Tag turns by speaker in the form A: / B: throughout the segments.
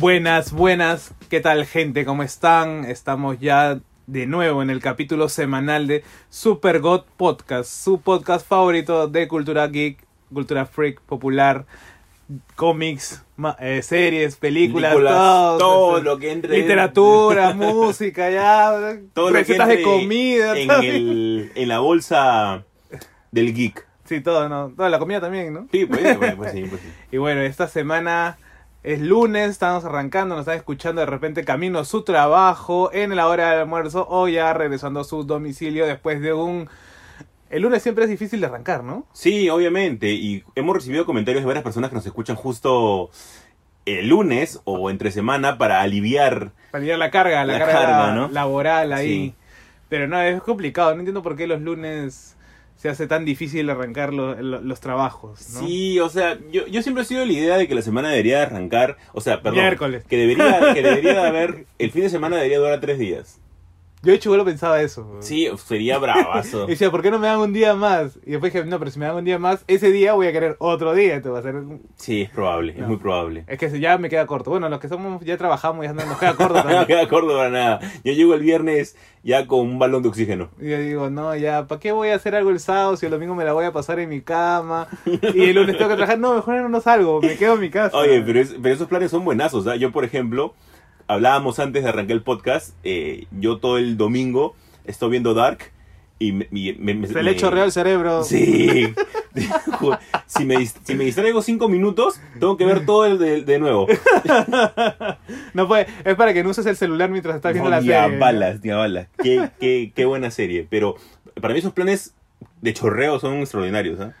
A: Buenas, buenas, ¿qué tal gente? ¿Cómo están? Estamos ya de nuevo en el capítulo semanal de Super God Podcast, su podcast favorito de cultura geek, cultura freak, popular, cómics, ma- eh, series, películas,
B: Películas,
A: todo,
B: todo lo que entre-
A: literatura, música, ya,
B: Todo lo que
A: recetas de
B: entre
A: comida,
B: en,
A: todo.
B: el, en la bolsa del geek.
A: sí, todo, no, toda la comida también, ¿no?
B: Sí, pues, pues, pues sí, pues sí.
A: Y bueno, esta semana es lunes, estamos arrancando, nos están escuchando de repente camino a su trabajo, en la hora del almuerzo o ya regresando a su domicilio después de un... El lunes siempre es difícil de arrancar, ¿no?
B: Sí, obviamente. Y hemos recibido comentarios de varias personas que nos escuchan justo el lunes o entre semana para aliviar.
A: Para ir a la carga, la,
B: La
A: carga,
B: carga, ¿no?
A: laboral ahí.
B: Sí.
A: Pero no, es complicado, no entiendo por qué los lunes se hace tan difícil arrancar lo- lo- los trabajos, ¿no?
B: Sí, o sea, yo, yo siempre he sido la idea de que la semana debería arrancar, o sea, perdón,
A: Miércoles.
B: que debería, que debería de haber, el fin de semana debería durar tres días.
A: Yo de lo pensaba eso.
B: Sí, sería bravazo.
A: Y decía, ¿por qué no me dan un día más? Y después dije, no, pero si me dan un día más, ese día voy a querer otro día. Esto va a ser un-
B: Sí, es probable,
A: No.
B: es muy probable.
A: Es que ya me queda corto. Bueno, los que somos ya trabajamos, ya no nos queda corto
B: No
A: también.
B: queda corto para nada. Yo llego el viernes ya con un balón de oxígeno.
A: Y yo digo, no, ya, ¿para qué voy a hacer algo el sábado si el domingo me la voy a pasar en mi cama? Y el lunes tengo que trabajar. No, mejor no salgo, me quedo en mi casa.
B: Oye, pero, es- pero esos planes son buenazos. ¿ah? Yo, por ejemplo, hablábamos antes de arrancar el podcast. eh, yo todo el domingo estoy viendo Dark y me. me- me- me-
A: Se le chorreó el cerebro.
B: Sí. si, me, dis- si me distraigo cinco minutos, tengo que ver todo el de, de nuevo.
A: No puede, es para que no uses el celular mientras estás viendo la
B: Ni a
A: serie.
B: balas, ni a balas. Qué, qué- qué buena serie. Pero para mí esos planes de chorreo son extraordinarios. ¿ah?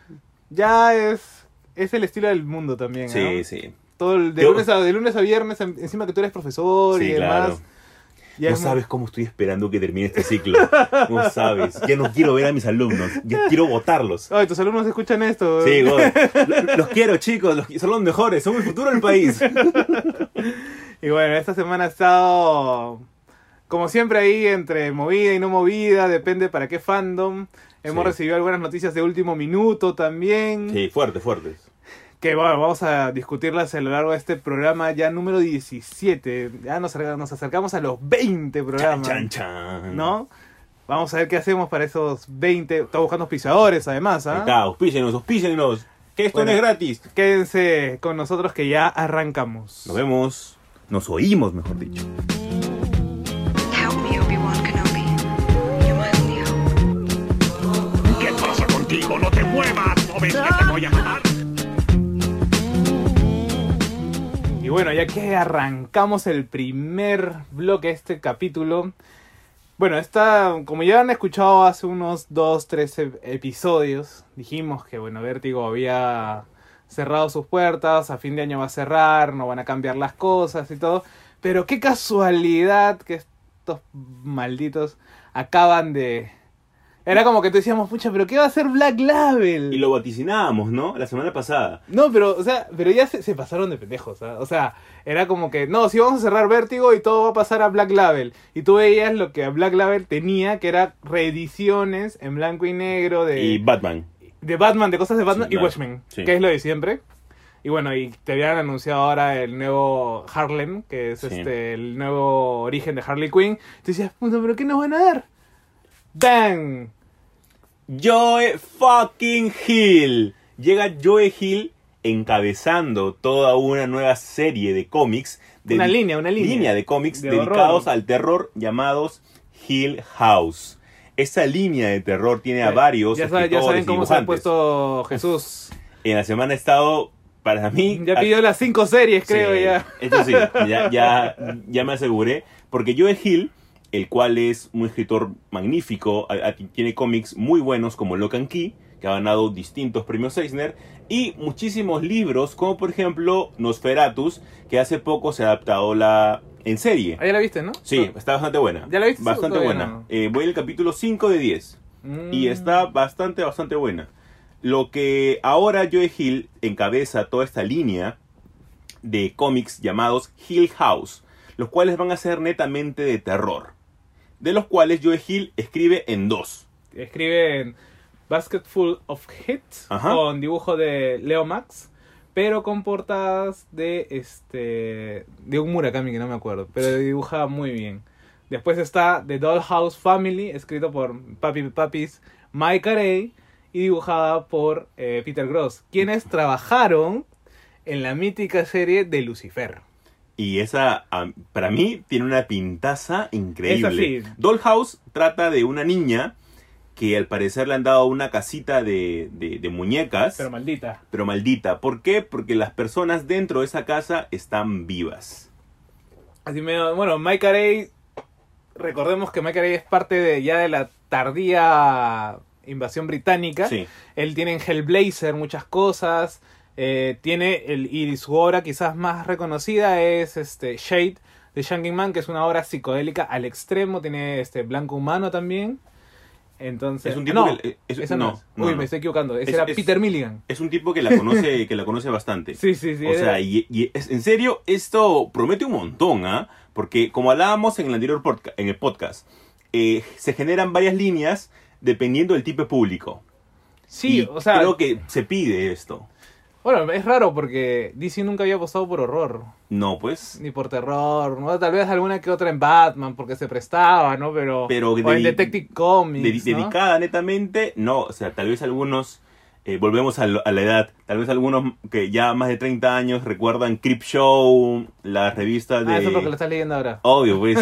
A: Ya es. Es el estilo del mundo también, ¿no?
B: Sí, sí.
A: Todo el- de,
B: Yo-
A: lunes a, de lunes a viernes, en- encima que tú eres profesor y
B: Sí,
A: demás.
B: claro.
A: ya
B: no
A: es muy-
B: sabes cómo estoy esperando que termine este ciclo. No sabes. Ya no quiero ver a mis alumnos. Ya quiero votarlos.
A: Ay, tus alumnos escuchan esto.
B: Sí, God. Lo- Los quiero, chicos. Los, son los mejores. Son el futuro del país.
A: Y bueno, esta semana ha estado, como siempre, ahí entre movida y no movida, depende para qué fandom. Hemos
B: Sí.
A: recibido algunas noticias de último minuto también,
B: Sí, fuertes, fuertes.
A: que bueno, vamos a discutirlas a lo largo de este programa ya número 17. Ya nos, acerca- nos acercamos a los 20
B: Chan,
A: programas,
B: chan, chan.
A: ¿no? Vamos a ver qué hacemos para esos 20. Estamos buscando auspiciadores, además, ¿ah?
B: Ahí está, auspícenos, auspícenos. Que esto
A: Bueno.
B: no es gratis.
A: Quédense con nosotros que ya arrancamos.
B: Nos vemos. Nos oímos, mejor dicho.
C: Help me, Obi-Wan Kenobi. You my Leo.
D: ¿Qué pasa contigo? ¡No te muevas! ¿No ves que te voy a matar?
A: Y bueno, ya que arrancamos el primer bloque de este capítulo, bueno, esta, como ya han escuchado hace unos 2, 3 episodios, dijimos que, bueno, Vértigo había cerrado sus puertas, a fin de año va a cerrar, no van a cambiar las cosas y todo, pero qué casualidad que estos malditos acaban de... Era como que te decíamos, pucha, pero ¿qué va a hacer Black Label?
B: Y lo vaticinábamos, ¿no? La semana pasada.
A: No, pero, o sea, pero ya se, se pasaron de pendejos, ¿ah? O sea, era como que, no, si vamos a cerrar Vértigo y todo va a pasar a Black Label. Y tú veías lo que Black Label tenía, que era reediciones en blanco y negro de,
B: Y Batman.
A: de Batman, de cosas de Batman
B: Sí,
A: y
B: claro.
A: Watchmen,
B: Sí.
A: que es lo de siempre. Y bueno, y te habían anunciado ahora el nuevo Harlem, que es
B: Sí.
A: este el nuevo origen de Harley Quinn. Tú decías, puta, pero ¿qué nos van a dar? ¡Bang!
B: Joe fucking Hill. Llega Joe Hill encabezando toda una nueva serie de cómics. de-
A: Una línea, una línea.
B: de cómics
A: De
B: dedicados
A: horror.
B: al terror llamados Hill House. Esa línea de terror tiene a varios
A: Ya, saben- ya
B: escritores
A: saben
B: y
A: cómo se ha
B: dibujantes.
A: puesto Jesús.
B: En la semana ha estado, para mí...
A: Ya
B: a-
A: pidió las cinco series, creo,
B: Sí,
A: ya.
B: Esto sí, ya, ya, ya me aseguré. Porque Joe Hill, el cual es un escritor magnífico, a- a- tiene cómics muy buenos como Lock and Key, que ha ganado distintos premios Eisner, y muchísimos libros, como por ejemplo Nosferatus, que hace poco se ha adaptado la, en serie.
A: Ah, ya la viste, ¿no?
B: Sí, está bastante buena.
A: ¿Ya la viste?
B: Bastante
A: Todavía
B: buena.
A: no.
B: Eh, voy al capítulo 5 de 10
A: Mm.
B: y está bastante, bastante buena. Lo que ahora Joe Hill encabeza toda esta línea de cómics llamados Hill House, los cuales van a ser netamente de terror, de los cuales Joe Hill escribe en dos.
A: Escribe en Basket Full of Hits
B: Ajá.
A: con dibujo de Leo Max. pero con portadas de este de un Murakami que no me acuerdo, pero dibuja muy bien. Después está The Dollhouse Family, escrito por Papi Papis Mike Carey y dibujada por eh, Peter Gross, quienes trabajaron en la mítica serie de Lucifer.
B: Y esa, a- para mí, tiene una pintaza increíble.
A: Es así.
B: Dollhouse trata de una niña que al parecer le han dado una casita de, de- de muñecas,
A: Pero
B: pero,
A: maldita.
B: maldita. ¿Por qué? Porque las personas dentro de esa casa están vivas.
A: Así me, bueno, Mike Carey, recordemos que Mike Carey es parte de ya de la tardía invasión británica.
B: Sí.
A: Él tiene en Hellblazer muchas cosas. eh, tiene el, y su obra quizás más reconocida es este Shade de Shangri Man, que es una obra psicodélica al extremo. Tiene este Blanco Humano también. Entonces.
B: Es un tipo
A: no,
B: que- eh, es-
A: esa no
B: no,
A: es.
B: no,
A: Uy,
B: no.
A: me estoy equivocando. Ese
B: Es-
A: era
B: es-
A: Peter Milligan.
B: Es un tipo que la conoce, que la conoce bastante.
A: Sí, sí, sí.
B: O
A: era-
B: sea, y, y es, en serio, esto promete un montón, ¿ah? Porque como hablábamos en el anterior podca- en el podcast, eh, se generan varias líneas dependiendo del tipo de público.
A: sí,
B: Y
A: o sea.
B: creo que se pide esto.
A: Bueno, es raro porque DC nunca había apostado por horror.
B: No, pues.
A: Ni por terror. ¿no? Tal vez alguna que otra en Batman porque se prestaba, ¿no? Pero.
B: Pero
A: o
B: dedi-
A: en Detective
B: de-
A: Comics. ¿no?
B: Dedicada netamente, no. O sea, tal vez algunos. eh, volvemos a, lo- a la edad. Tal vez algunos que ya más de 30 años recuerdan Crip Show, la revista de.
A: Ah, eso es lo que lo estás leyendo ahora.
B: Obvio, pues.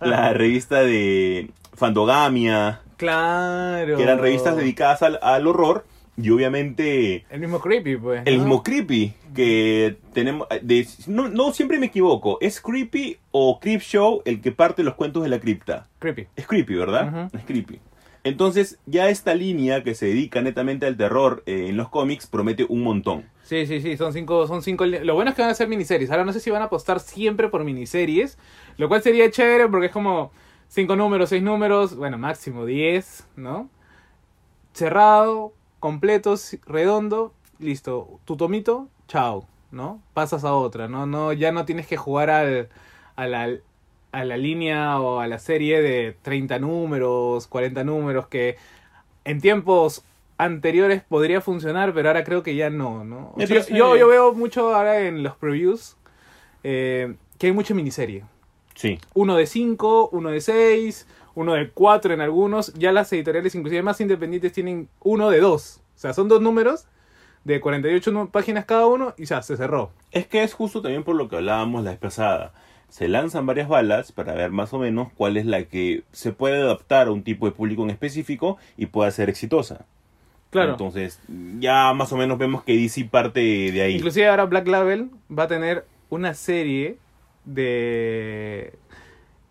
B: la revista de Fandogamia.
A: Claro.
B: que
A: Oh.
B: eran revistas dedicadas al, al horror y obviamente
A: El mismo creepy, pues.
B: el
A: ¿no?
B: mismo creepy que tenemos de- no, no siempre me equivoco es creepy o creep show el que parte los cuentos de la cripta
A: creepy.
B: es creepy verdad
A: Ujú.
B: es creepy entonces ya esta línea que se dedica netamente al terror eh, en los cómics promete un montón
A: Sí, sí, sí, son cinco, son cinco. li- Lo bueno es que van a ser miniseries. Ahora no sé si van a apostar siempre por miniseries, lo cual sería chévere porque es como cinco números, seis números, bueno, máximo diez, ¿no? Cerrado, completo, si- redondo, listo. Tu tomito, chao, ¿no? Pasas a otra, ¿no? no ya no tienes que jugar al, a, la, a la línea o a la serie de 30 números, 40 números que en tiempos anteriores podría funcionar, pero ahora creo que ya no, ¿no? O
B: Me
A: sea,
B: parece-
A: yo, yo veo mucho ahora en los previews eh, que hay mucha miniserie.
B: sí
A: Uno de 5, uno de 6, uno de 4 en algunos. Ya las editoriales, inclusive más independientes, tienen uno de 2. O sea, son dos números de 48 nu- páginas cada uno y ya se cerró.
B: es que es justo también por lo que hablábamos la vez pasada se lanzan varias balas para ver más o menos cuál es la que se puede adaptar a un tipo de público en específico y pueda ser exitosa
A: Claro.
B: Entonces, ya más o menos vemos que DC parte de ahí.
A: Inclusive ahora Black Label va a tener una serie de...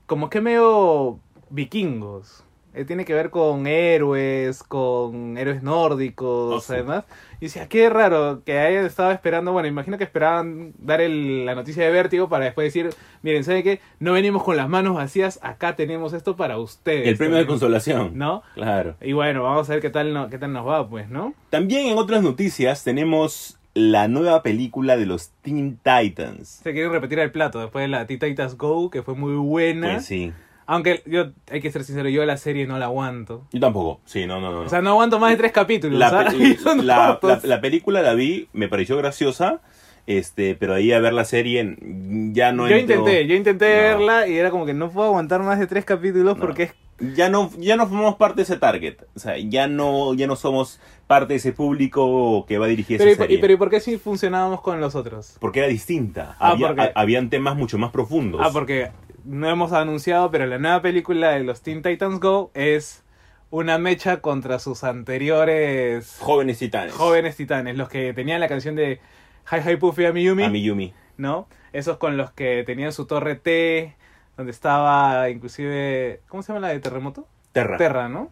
A: Como que medio vikingos. Eh, tiene que ver con héroes, con héroes nórdicos,
B: Ah, sí.
A: además. Y decía, qué raro que hayan estado esperando. Bueno, imagino que esperaban dar el- la noticia de vértigo para después decir: Miren, ¿saben qué? No venimos con las manos vacías, acá tenemos esto para ustedes.
B: el premio de
A: También,
B: consolación.
A: ¿No?
B: Claro.
A: Y bueno, vamos a ver qué tal, no- qué tal nos va, pues, ¿no?
B: También en otras noticias tenemos la nueva película de los Teen Titans.
A: Se quieren repetir el plato después de la Titans Go, que fue muy buena.
B: Pues sí.
A: Aunque yo, hay que ser sincero, yo la serie no la aguanto.
B: Yo tampoco. Sí, no, no, no. no.
A: O sea, no aguanto más de tres capítulos.
B: la,
A: ¿sabes?
B: pe-
A: Y son
B: la-
A: cortos.
B: la- la película la vi, me pareció graciosa, este, pero ahí a ver la serie mm, ya no
A: yo
B: entró.
A: intenté, yo intenté
B: No.
A: verla y era como que no puedo aguantar más de tres capítulos
B: No.
A: porque es
B: ya no, ya no formamos parte de ese target. O sea, ya no, ya no somos parte de ese público que va a dirigir
A: Pero,
B: esa
A: ¿y por-
B: serie.
A: y, pero ¿y por qué si funcionábamos con los otros?
B: Porque era distinta.
A: Ah,
B: Había-
A: porque-
B: ha- habían temas mucho más profundos.
A: Ah, porque no hemos anunciado, pero la nueva película de los Teen Titans Go es una mecha contra sus anteriores
B: Jóvenes titanes.
A: jóvenes titanes, los que tenían la canción de Hi Hi Puffy Ami Yumi,
B: Ami Yumi.
A: ¿no? Esos con los que tenían su torre T, donde estaba inclusive, ¿cómo se llama la de terremoto?
B: Terra. Ah,
A: Terra, ¿no?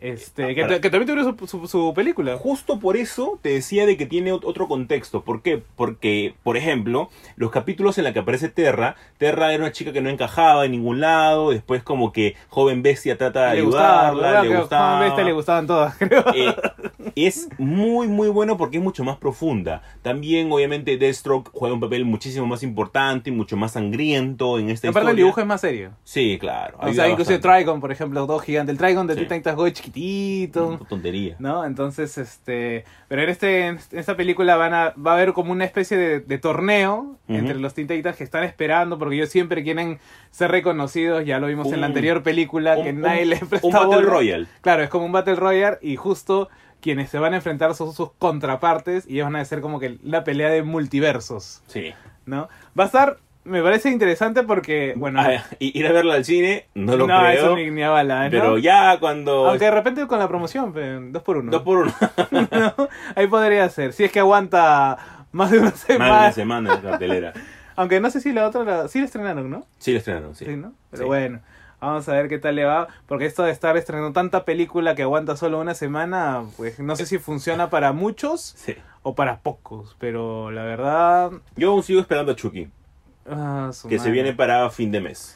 A: Este, que,
B: Ahora-
A: ta- que también tuvieron su, su- su película.
B: Justo por eso te decía de que tiene ot- otro contexto. ¿Por qué? Porque, por ejemplo, los capítulos en la que aparece Terra, Terra era una chica que no encajaba en ningún lado, después como que joven bestia trata de
A: Le
B: ayudarla,
A: gustaba,
B: le
A: este le
B: gustaba.
A: le gustaban todas, creo.
B: Eh, Es muy, muy bueno porque es mucho más profunda. También, obviamente, Deathstroke juega un papel muchísimo más importante y mucho más sangriento en esta
A: Aparte,
B: historia.
A: el dibujo es más serio.
B: Sí, claro.
A: O sea, incluso
B: trae
A: Trigon, por ejemplo, dos gigantes. El Trigon de
B: Sí.
A: Teen Titans Go es chiquitito.
B: Tontería.
A: ¿No? Entonces, este. Pero en, este, en esta película van a, va a haber como una especie de, de torneo
B: Ujú.
A: entre los Teen Titans que están esperando, porque ellos siempre quieren ser reconocidos. Ya lo vimos en la
B: Un-
A: anterior película, que
B: Un-
A: nadie
B: un-
A: les prestó
B: Un Battle
A: bola.
B: Royale.
A: Claro, es como un Battle Royale y justo quienes se van a enfrentar son sus contrapartes y ellos van a ser como que la pelea de multiversos,
B: Sí.
A: ¿no? Va a estar. Me parece interesante porque, bueno.
B: Ah, y ir a verlo al cine, no lo
A: no,
B: creo.
A: eso ni, ni a bala, ¿no?
B: Pero ya cuando.
A: Aunque de repente con la promoción, pe, dos por uno.
B: Dos por uno.
A: Ahí podría ser. Si es que aguanta más de una semana.
B: Más de una semana en la cartelera.
A: Aunque no sé si la otra la... sí la estrenaron, ¿no?
B: Sí, lo estrenaron, sí.
A: ¿no? Pero
B: Sí.
A: bueno, vamos a ver qué tal le va. Porque esto de estar estrenando tanta película que aguanta solo una semana, pues no sé si funciona para muchos
B: Sí.
A: o para pocos. Pero la verdad.
B: Yo aún sigo esperando a Chucky,
A: ah, su
B: que se
A: madre.
B: viene para fin de mes.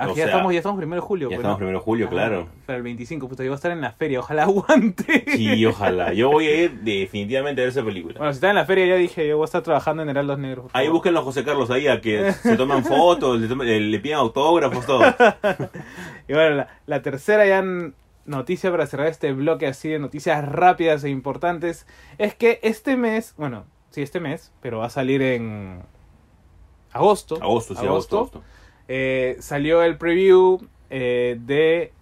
A: Ah,
B: o
A: ya,
B: sea,
A: estamos, ya estamos primero de julio.
B: Ya
A: pues,
B: estamos
A: ¿no?
B: primero de julio,
A: Ah,
B: claro.
A: Para el 25, puta, yo voy a estar en la feria. Ojalá aguante.
B: Sí, ojalá. Yo voy a ir definitivamente a ver esa película.
A: Bueno, si está en la feria, ya dije, yo voy a estar trabajando en Heraldos Negros. por
B: Ahí
A: favor.
B: busquen a José Carlos ahí a que se toman fotos, le, toman- le- le piden autógrafos, todo.
A: Y bueno, la, la tercera ya n- noticia para cerrar este bloque así de noticias rápidas e importantes es que este mes, bueno, sí, este mes, pero va a salir en agosto.
B: Agosto, sí, agosto. agosto.
A: eh, salió el preview eh, de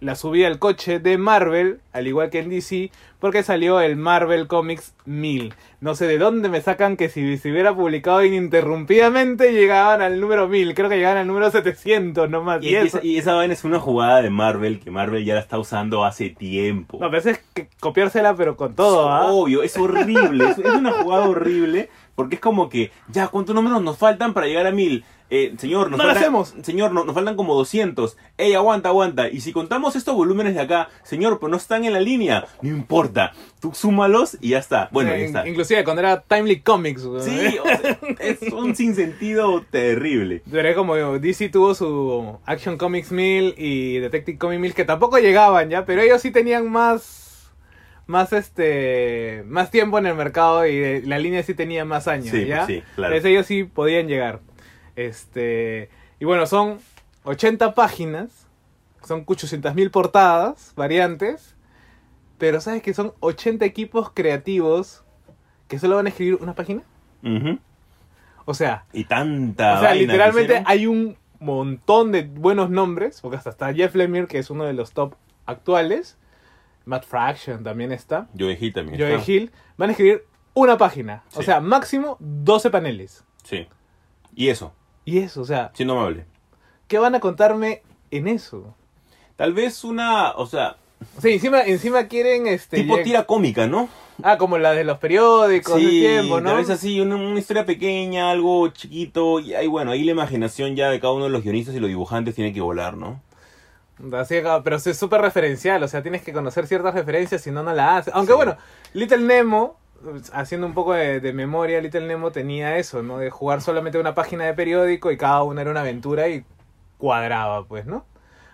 A: la subida al coche de Marvel, al igual que en DC, porque salió el Marvel Comics 1000. No sé de dónde me sacan que si se hubiera publicado ininterrumpidamente llegaban al número 1000, creo que llegaban al número 700 nomás.
B: Y,
A: y eso-
B: esa, y esa vaina es una jugada de Marvel que Marvel ya la está usando hace tiempo.
A: No, a veces que copiársela, pero con todo, ¿ah?
B: Es Obvio, es horrible. es, es una jugada horrible. Porque es como que, ya, ¿cuántos números nos faltan para llegar a mil? Eh, señor, nos
A: No lo
B: faltan-
A: hacemos.
B: Señor, no- nos faltan como 200. Ey, aguanta, aguanta. Y si contamos estos volúmenes de acá, señor, pues no están en la línea. No importa. Tú súmalos y ya está. Bueno,
A: Sí,
B: ya está.
A: in- Inclusive cuando era Timely Comics. güey.
B: Sí, o sea, es un sinsentido terrible.
A: Pero es como digo, DC tuvo su Action Comics 1000 y Detective Comics 1000 que tampoco llegaban ya, pero ellos sí tenían más más este más tiempo en el mercado y de- la línea sí tenía más años,
B: Sí, pues
A: ¿ya?
B: sí, claro.
A: Entonces ellos sí podían llegar. Este, y bueno, son 80 páginas, son 800.000 portadas, variantes, pero sabes que son 80 equipos creativos que solo van a escribir una página?
B: Ujú.
A: O sea,
B: Y tanta.
A: o sea,
B: vaina que
A: literalmente
B: hicieron.
A: hay un montón de buenos nombres, porque hasta está Jeff Lemire, que es uno de los top actuales. Matt Fraction también está.
B: Joe Hill también.
A: Joey
B: está.
A: Hill. Van a escribir una página. O
B: Sí.
A: sea, máximo 12 paneles.
B: Sí. Y eso,
A: Y eso, o sea,
B: siendo amable.
A: ¿qué van a contarme en eso?
B: Tal vez una, o sea,
A: O sea, encima, encima quieren este.
B: tipo
A: lleg-
B: tira cómica, ¿no?
A: Ah, como la de los periódicos del tiempo, ¿no?
B: tal vez así, una, una historia pequeña, algo chiquito, y ahí bueno, ahí la imaginación ya de cada uno de los guionistas y los dibujantes tiene que volar, ¿no?
A: Así que, pero sí es súper referencial, o sea, tienes que conocer ciertas referencias, si no, no la haces. Aunque
B: Sí.
A: bueno, Little Nemo, haciendo un poco de, de memoria, Little Nemo tenía eso, ¿no? De jugar solamente una página de periódico y cada una era una aventura y cuadraba, pues, ¿no?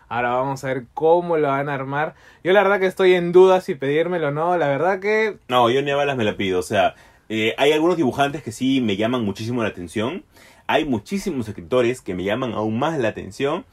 A: Ahora vamos a ver cómo lo van a armar. Yo la verdad que estoy en duda si pedírmelo o no, la verdad que...
B: No, yo ni a balas me la pido, o sea, eh, hay algunos dibujantes que sí me llaman muchísimo la atención, hay muchísimos escritores que me llaman aún más la atención,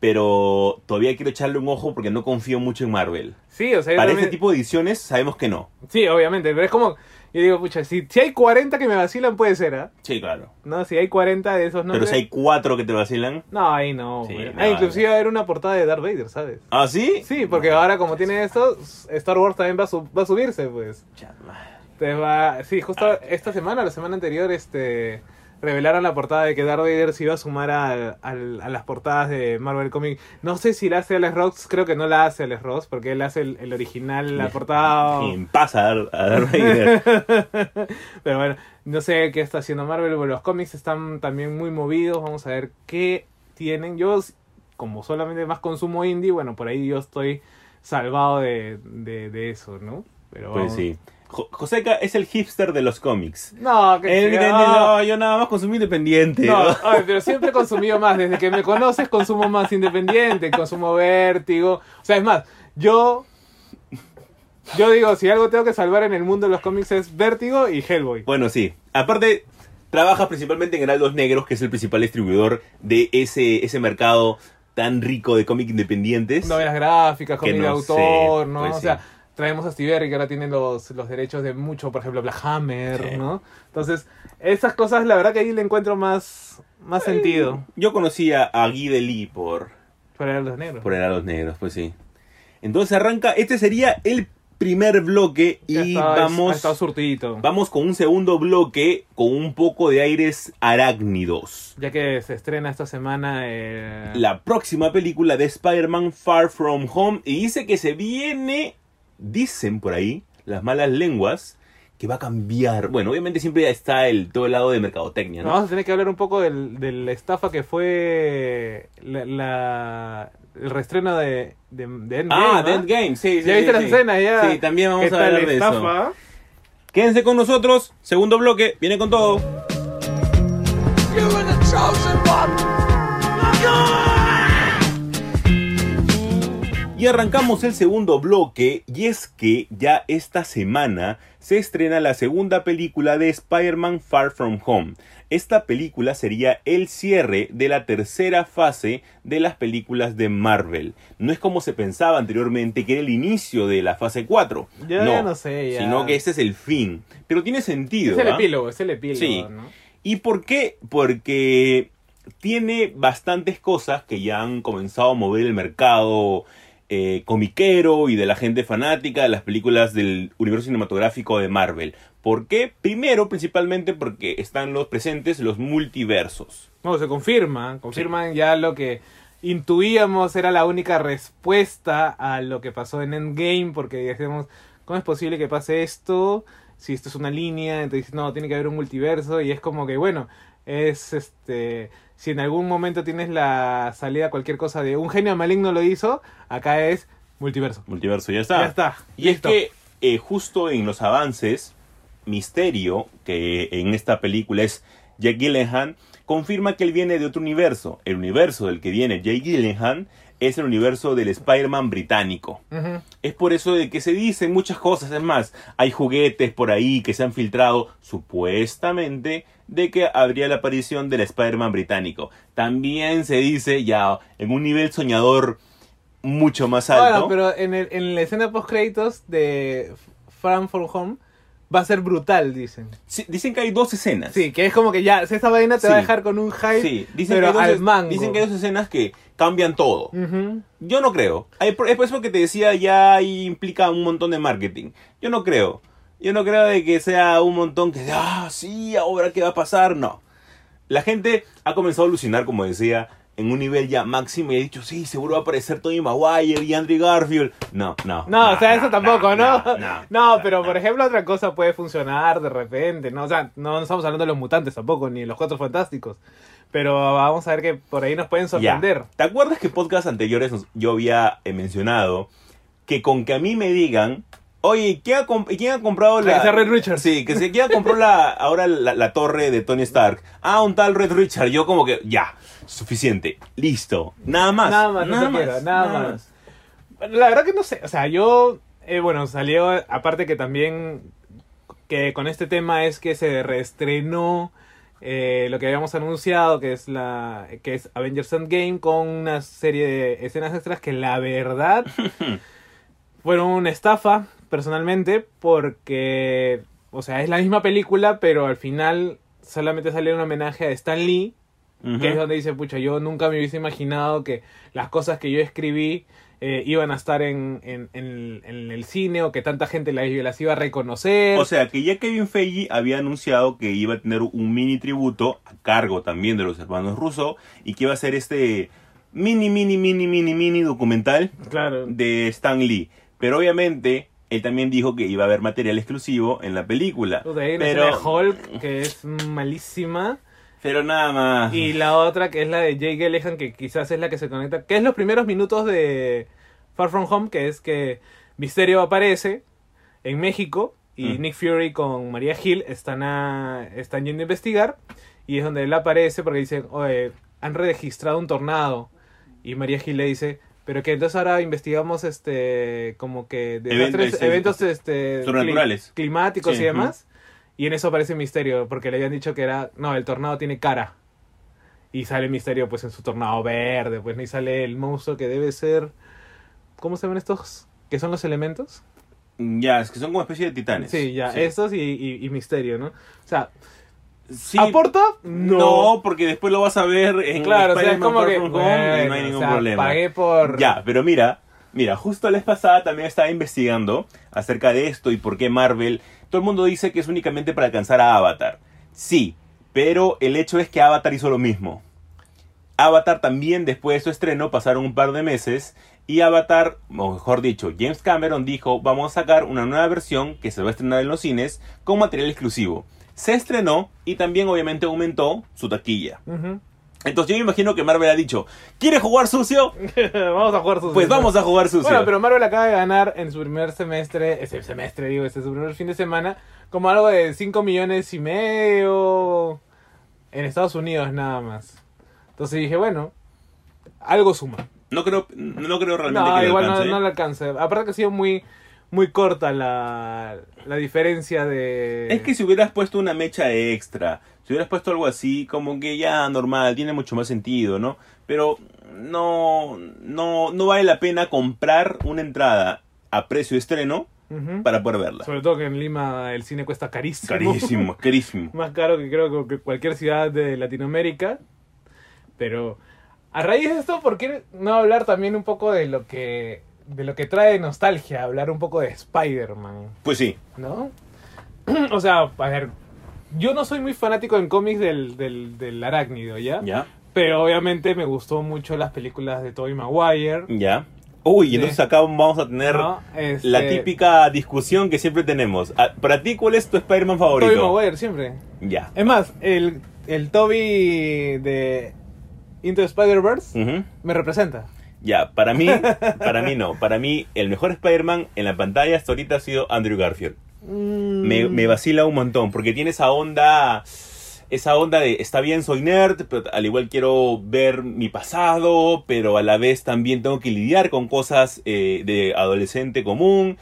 B: pero todavía quiero echarle un ojo porque no confío mucho en Marvel.
A: Sí, o sea, yo
B: Para
A: también-
B: este tipo de ediciones sabemos que no.
A: Sí, obviamente, pero es como... Yo digo, pucha, si, si hay 40 que me vacilan, puede ser, ¿ah?
B: Sí, claro.
A: ¿No? Si hay 40 de esos nombres...
B: pero si hay cuatro que te vacilan.
A: No, ahí no.
B: Sí,
A: güey.
B: no,
A: ah, inclusive
B: no.
A: va a haber una portada de Darth Vader, ¿sabes?
B: ¿Ah, sí?
A: Sí, porque ahora como tiene esto, Star Wars también va a, su- va a subirse, pues.
B: Chama.
A: Entonces va... Sí,
B: Ah.
A: justo esta semana, la semana anterior, este... Revelaron la portada de que Darth Vader se iba a sumar al- al- a las portadas de Marvel Comics. No sé si la hace Alex Ross, creo que no la hace Alex Ross, porque él hace el, el original, la portada...
B: ¿Quién pasa a Dar- a Darth Vader?
A: Pero bueno, no sé qué está haciendo Marvel, pero los cómics están también muy movidos. Vamos a ver qué tienen. Yo, como solamente más consumo indie, bueno, por ahí yo estoy salvado de, de, de eso, ¿no? Pero
B: Pues
A: vamos.
B: sí. Jo- Joseca es el hipster de los cómics.
A: No, que
B: Él
A: sí,
B: dice,
A: no,
B: no, yo nada más consumí independiente.
A: no, ay, pero siempre he consumido más. Desde que me conoces, consumo más independiente, consumo vértigo. O sea, es más, yo Yo digo, si algo tengo que salvar en el mundo de los cómics es Vértigo y Hellboy.
B: Bueno, sí. Aparte, trabajas principalmente en Heraldos Negros, que es el principal distribuidor de ese, ese mercado tan rico de cómics independientes.
A: Novelas gráficas,
B: Que
A: cómics de
B: no sé,
A: autor, ¿no?
B: pues
A: o
B: sí.
A: sea, traemos a Stiberry que ahora tiene los, los derechos de mucho, por ejemplo, Black Hammer,
B: Sí.
A: ¿no? Entonces, esas cosas, la verdad que ahí le encuentro más, más sentido
B: Yo conocí a, a Guy Deli por,
A: por Heraldos Negros.
B: por Heraldos Negros, pues sí. Entonces arranca, este sería el primer bloque
A: Ya
B: y
A: está, es- Ha
B: vamos...
A: estado surtidito.
B: Vamos con un segundo bloque con un poco de aires arácnidos.
A: Ya que se estrena esta semana eh,
B: La próxima película de Spider-Man Far From Home y dice que se viene, dicen por ahí, las malas lenguas, que va a cambiar. Bueno, obviamente siempre está el todo el lado de mercadotecnia, ¿no?
A: Vamos a tener que hablar un poco del, de la estafa que fue la, la- el reestreno de, de, de Endgame.
B: ah,
A: ¿no?
B: Dead Game, sí, sí.
A: Ya
B: sí,
A: viste las
B: sí.
A: escenas, ya.
B: Sí, también vamos
A: ¿Qué
B: a
A: tal
B: hablar de eso.
A: estafa?
B: Quédense con nosotros, segundo bloque, viene con todo. Y arrancamos el segundo bloque y es que ya esta semana se estrena la segunda película de Spider-Man Far From Home. Esta película sería el cierre de la tercera fase de las películas de Marvel. No es como se pensaba anteriormente que era el inicio de la fase 4.
A: Yo ya no sé, ya.
B: Sino que este es el fin. Pero tiene sentido.
A: Es el
B: ¿ah?
A: epílogo, es el epílogo.
B: Sí.
A: ¿no?
B: ¿Y por qué? Porque tiene bastantes cosas que ya han comenzado a mover el mercado eh, comiquero y de la gente fanática de las películas del universo cinematográfico de Marvel. ¿Por qué? Primero, principalmente porque están los presentes los multiversos.
A: Bueno, se confirma, confirman ya lo que intuíamos era la única respuesta a lo que pasó en Endgame, porque decíamos, ¿cómo es posible que pase esto? Si esto es una línea, entonces no, tiene que haber un multiverso, y es como que, bueno, es este, si en algún momento tienes la salida a cualquier cosa de un genio maligno lo hizo, acá es multiverso.
B: Multiverso, ya está.
A: Ya está.
B: Y es
A: listo.
B: que eh, justo en los avances, Misterio, que en esta película es Jake Gyllenhaal, confirma que él viene de otro universo. El universo del que viene Jake Gyllenhaal es el universo del Spider-Man británico.
A: Ujú.
B: Es por eso de que se dicen muchas cosas. Es más, hay juguetes por ahí que se han filtrado supuestamente de que habría la aparición del Spider-Man británico. También se dice ya en un nivel soñador mucho más alto.
A: Bueno, pero en, el- en la escena post créditos de Fran for Home va a ser brutal, dicen.
B: Sí, dicen que hay dos escenas.
A: Sí, que es como que ya, si esta vaina te va a
B: Sí.
A: dejar con un hype,
B: Sí, dicen,
A: pero
B: que hay
A: al
B: dos,
A: mango.
B: dicen que hay dos escenas que cambian todo.
A: Ujú.
B: Yo no creo. Hay por- Es por eso que te decía, ya ahí implica un montón de marketing. Yo no creo. Yo no creo de que sea un montón que, ah, sí, ahora qué va a pasar. No. La gente ha comenzado a alucinar, como decía, en un nivel ya máximo y ha dicho, sí, seguro va a aparecer Tony Maguire y Andrew Garfield. No, no.
A: No, o sea, eso tampoco, ¿no? No, pero por
B: ejemplo
A: ejemplo, otra cosa puede funcionar de repente, ¿no? O sea, no, no estamos hablando de los mutantes tampoco, ni de los cuatro fantásticos. Pero vamos a ver que por ahí nos pueden
B: Ya.
A: sorprender.
B: ¿Te acuerdas que podcast anteriores nos- yo había eh, mencionado que con que a mí me digan, oye, ¿quién ha, comp- quién ha comprado la.
A: Que sea Red Richards.
B: Sí, que se quién ha comprado la, ahora la, la torre de Tony Stark. Ah, un tal Red Richard. Yo como que, ya, suficiente, listo, nada más.
A: Nada más, no te quiero, nada más. Bueno, La verdad que no sé, o sea, yo, eh, bueno, salió, aparte que también, que con este tema es que se reestrenó eh, lo que habíamos anunciado, que es la que es Avengers Endgame, con una serie de escenas extras que la verdad fueron una estafa, personalmente, porque, o sea, es la misma película, pero al final solamente salió un homenaje a Stan Lee,
B: Ujú.
A: que es donde dice, pucha, yo nunca me hubiese imaginado que las cosas que yo escribí eh, iban a estar en, en- en- en el cine o que tanta gente las, las iba a reconocer.
B: O sea, que ya Kevin Feige había anunciado que iba a tener un mini tributo a cargo también de los hermanos Russo y que iba a ser este mini, mini, mini, mini, mini documental
A: claro.
B: de Stan Lee. Pero obviamente, él también dijo que iba a haber material exclusivo en la película.
A: Puta, hay una escena de
B: Pero,
A: Hulk que es malísima.
B: pero nada más.
A: Y la otra que es la de Jake Gyllenhaal, que quizás es la que se conecta. Que es los primeros minutos de Far From Home, que es que Misterio aparece en México y
B: Mm.
A: Nick Fury con María Hill están, a- están yendo a investigar. Y es donde él aparece porque dicen, oye, han registrado un tornado. Y María Hill le dice, Pero que entonces ahora investigamos este como que
B: Eventos,
A: desastres,
B: este,
A: eventos este cli-
B: sobrenaturales.
A: climáticos
B: Sí,
A: y demás. Y en eso aparece misterio, porque le habían dicho que era, no, el tornado tiene cara. Y sale misterio pues en su tornado verde, pues ¿no? y sale el monstruo que debe ser ¿Cómo se llaman estos? ¿Qué son los elementos?
B: Ya, es que son como especie de titanes.
A: Sí, ya, estos y, y- y misterio, ¿no? O sea,
B: Sí,
A: ¿aporta?
B: no. porque después lo vas a ver en
A: Claro, o sea, es
B: Spider-Man
A: como
B: Far
A: que
B: From Home y no hay
A: bueno,
B: ningún
A: o sea,
B: problema.
A: Pagué por
B: Ya, pero mira, mira, justo la vez pasada también estaba investigando acerca de esto y por qué Marvel. Todo el mundo dice que es únicamente para alcanzar a Avatar. Sí, pero el hecho es que Avatar hizo lo mismo. Avatar también después de su estreno pasaron un par de meses y Avatar, o mejor dicho, James Cameron dijo vamos a sacar una nueva versión que se va a estrenar en los cines con material exclusivo. Se estrenó y también obviamente aumentó su taquilla.
A: Ujú.
B: Entonces yo me imagino que Marvel ha dicho, ¿quieres jugar sucio?
A: vamos a jugar sus
B: Pues vamos a jugar sucio.
A: Bueno, pero Marvel acaba de ganar en su primer semestre, ese semestre digo, este su primer fin de semana, como algo de 5 millones y medio en Estados Unidos nada más. Entonces dije, bueno, algo suma.
B: No creo, no creo realmente
A: No,
B: que
A: igual
B: lo
A: no,
B: alcance.
A: no le alcanza. Aparte que ha sido muy, muy corta la, la diferencia de...
B: Es que si hubieras puesto una mecha extra, si hubieras puesto algo así, como que ya normal, tiene mucho más sentido, ¿no? Pero no, no, no vale la pena comprar una entrada a precio de estreno
A: Ujú.
B: para poder verla.
A: Sobre todo que en Lima el cine cuesta carísimo.
B: Carísimo, carísimo.
A: más caro que creo que cualquier ciudad de Latinoamérica. Pero a raíz de esto, ¿por qué no hablar también un poco de lo que de lo que trae nostalgia? Hablar un poco de Spider-Man,
B: Pues sí,
A: ¿no? o sea, a ver, yo no soy muy fanático en cómics del, del, del arácnido, ¿ya?
B: ya,
A: Pero obviamente me gustó mucho las películas de Tobey Maguire.
B: ya. Uy,
A: Sí.
B: entonces acá vamos a tener
A: ¿no? Este,
B: la típica discusión que siempre tenemos. Ah, Para ti, ¿cuál es tu Spider-Man
A: Tobey
B: favorito?
A: Maguire, siempre.
B: Ya.
A: Es más, el, el Toby de Into the Spider-Verse
B: Ujú.
A: me representa.
B: Ya, para mí, para mí no. Para mí, el mejor Spider-Man en la pantalla hasta ahorita ha sido Andrew Garfield.
A: Mm,
B: Me, me vacila un montón, porque tiene esa onda, esa onda de, está bien, soy nerd, pero al igual quiero ver mi pasado, pero a la vez también tengo que lidiar con cosas eh, de adolescente común.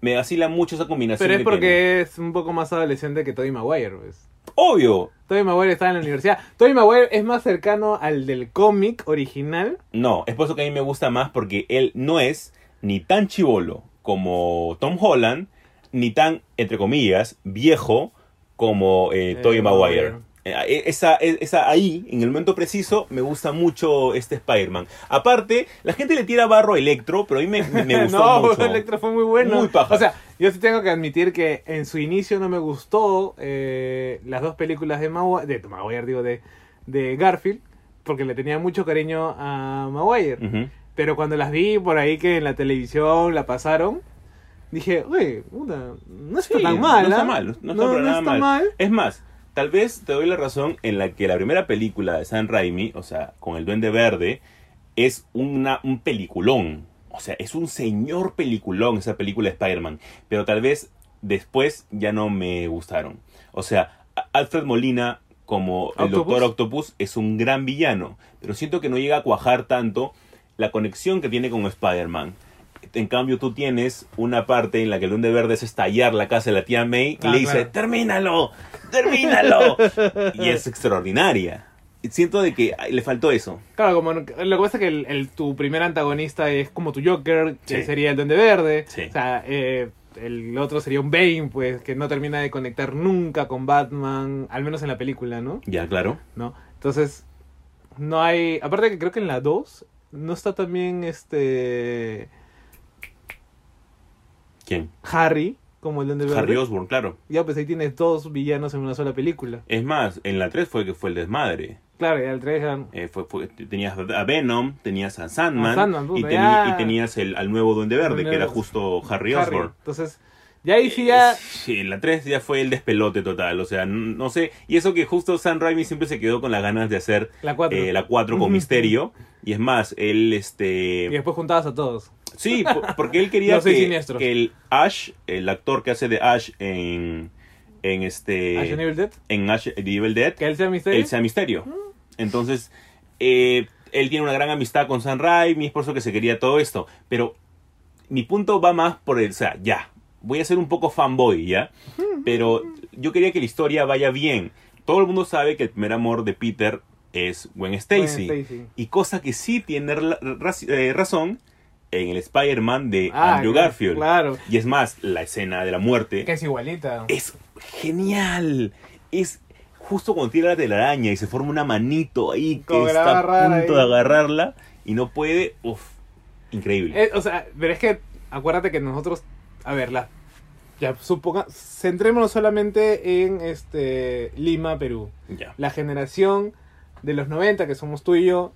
B: Me vacila mucho esa combinación.
A: Pero es
B: que tiene.
A: porque es un poco más adolescente que Tobey Maguire, ¿ves?
B: Obvio.
A: Tobey Maguire está en la universidad. Tobey Maguire es más cercano al del cómic original.
B: No, es por eso que a mí me gusta más porque él no es ni tan chivolo como Tom Holland, ni tan, entre comillas, viejo como eh,
A: Eh,
B: Tobey
A: Maguire.
B: Maguire. Eh, Esa, e- esa ahí, en el momento preciso, me gusta mucho este Spider-Man. Aparte, la gente le tira barro a Electro, pero a mí me, me- me gustó
A: no,
B: mucho.
A: Electro fue muy bueno.
B: Muy paja.
A: O sea, yo sí tengo que admitir que en su inicio no me gustó eh, las dos películas de Maguire, de Maguire, digo, de, de Garfield, porque le tenía mucho cariño a Maguire.
B: Ujú.
A: Pero cuando las vi por ahí que en la televisión la pasaron, dije, uy, puta, no está
B: Sí,
A: tan mal.
B: No está
A: ¿ah?
B: mal, no está para nada
A: está
B: mal.
A: mal.
B: Es más, tal vez te doy la razón en la que la primera película de San Raimi, o sea, con el Duende Verde, es una, un peliculón. O sea, es un señor peliculón esa película de Spider-Man. Pero tal vez después ya no me gustaron. O sea, a- Alfred Molina como el
A: Octopus.
B: Doctor Octopus es un gran villano. Pero siento que no llega a cuajar tanto la conexión que tiene con Spider-Man. En cambio, tú tienes una parte en la que el Duende Verde es estallar la casa de la tía May y
A: Ah,
B: le dice,
A: claro.
B: ¡Termínalo! ¡Termínalo! y es extraordinaria. Y Siento de que ay, le faltó eso.
A: Claro, como, lo que pasa es que el, el- tu primer antagonista es como tu Joker, que
B: Sí.
A: sería el Duende Verde.
B: Sí.
A: O sea, eh, el otro sería un Bane, pues, que no termina de conectar nunca con Batman, al menos en la película, ¿no?
B: Ya, claro.
A: ¿No? Entonces, no hay... Aparte que creo que en la 2 no está también este...
B: ¿Quién?
A: Harry, como el Duende Verde.
B: Harry Osborn, claro.
A: Ya, pues ahí tienes dos villanos en una sola película.
B: Es más, en la 3 fue que fue el desmadre.
A: Claro, y al 3 eran...
B: Eh, fue, fue- tenías a Venom, tenías a Sandman,
A: A Sandman, puta,
B: y, teni-
A: ya.
B: y tenías el, al nuevo Duende Verde,
A: Duende
B: que era
A: Verde.
B: justo Harry,
A: Harry.
B: Osborn.
A: Entonces, ya ahí sí ya...
B: Sí, en la 3 ya fue el despelote total, o sea, n- no sé. Y eso que justo San Raimi siempre se quedó con las ganas de hacer
A: La 4.
B: eh, la 4 con Misterio. Y es más, él,
A: Y
B: este...
A: después juntabas a todos.
B: Sí, po- porque él quería
A: Los seis
B: que
A: siniestros.
B: el Ash, el actor que hace de Ash en, en este...
A: a Johnny Depp,
B: en Ash, The Evil Dead,
A: este- que él sea misterio.
B: él sea Misterio. Entonces, eh, él tiene una gran amistad con San Raimi, es por eso que se quería todo esto. Pero mi punto va más por el, o sea, ya, voy a ser un poco fanboy, ¿ya? Pero yo quería que la historia vaya bien. Todo el mundo sabe que el primer amor de Peter es Gwen Stacy. Eh,
A: Gwen pues, Stacy.
B: Y cosa que sí tiene ra- ra- eh, razón en el Spider-Man de
A: Ah,
B: Andrew
A: claro,
B: Garfield. Eh,
A: claro.
B: Y es más, la escena de la muerte
A: Que es igualita.
B: es genial. Es justo cuando tira la telaraña y se forma una manito ahí que
A: Como que la
B: está a
A: agarrar
B: punto
A: ahí.
B: de agarrarla y no puede. Uf, increíble.
A: Eh, o sea, pero es que acuérdate que nosotros, a ver, la, ya suponga, centrémonos solamente en este Lima, Perú.
B: ya.
A: La generación de los 90 que somos tú y yo.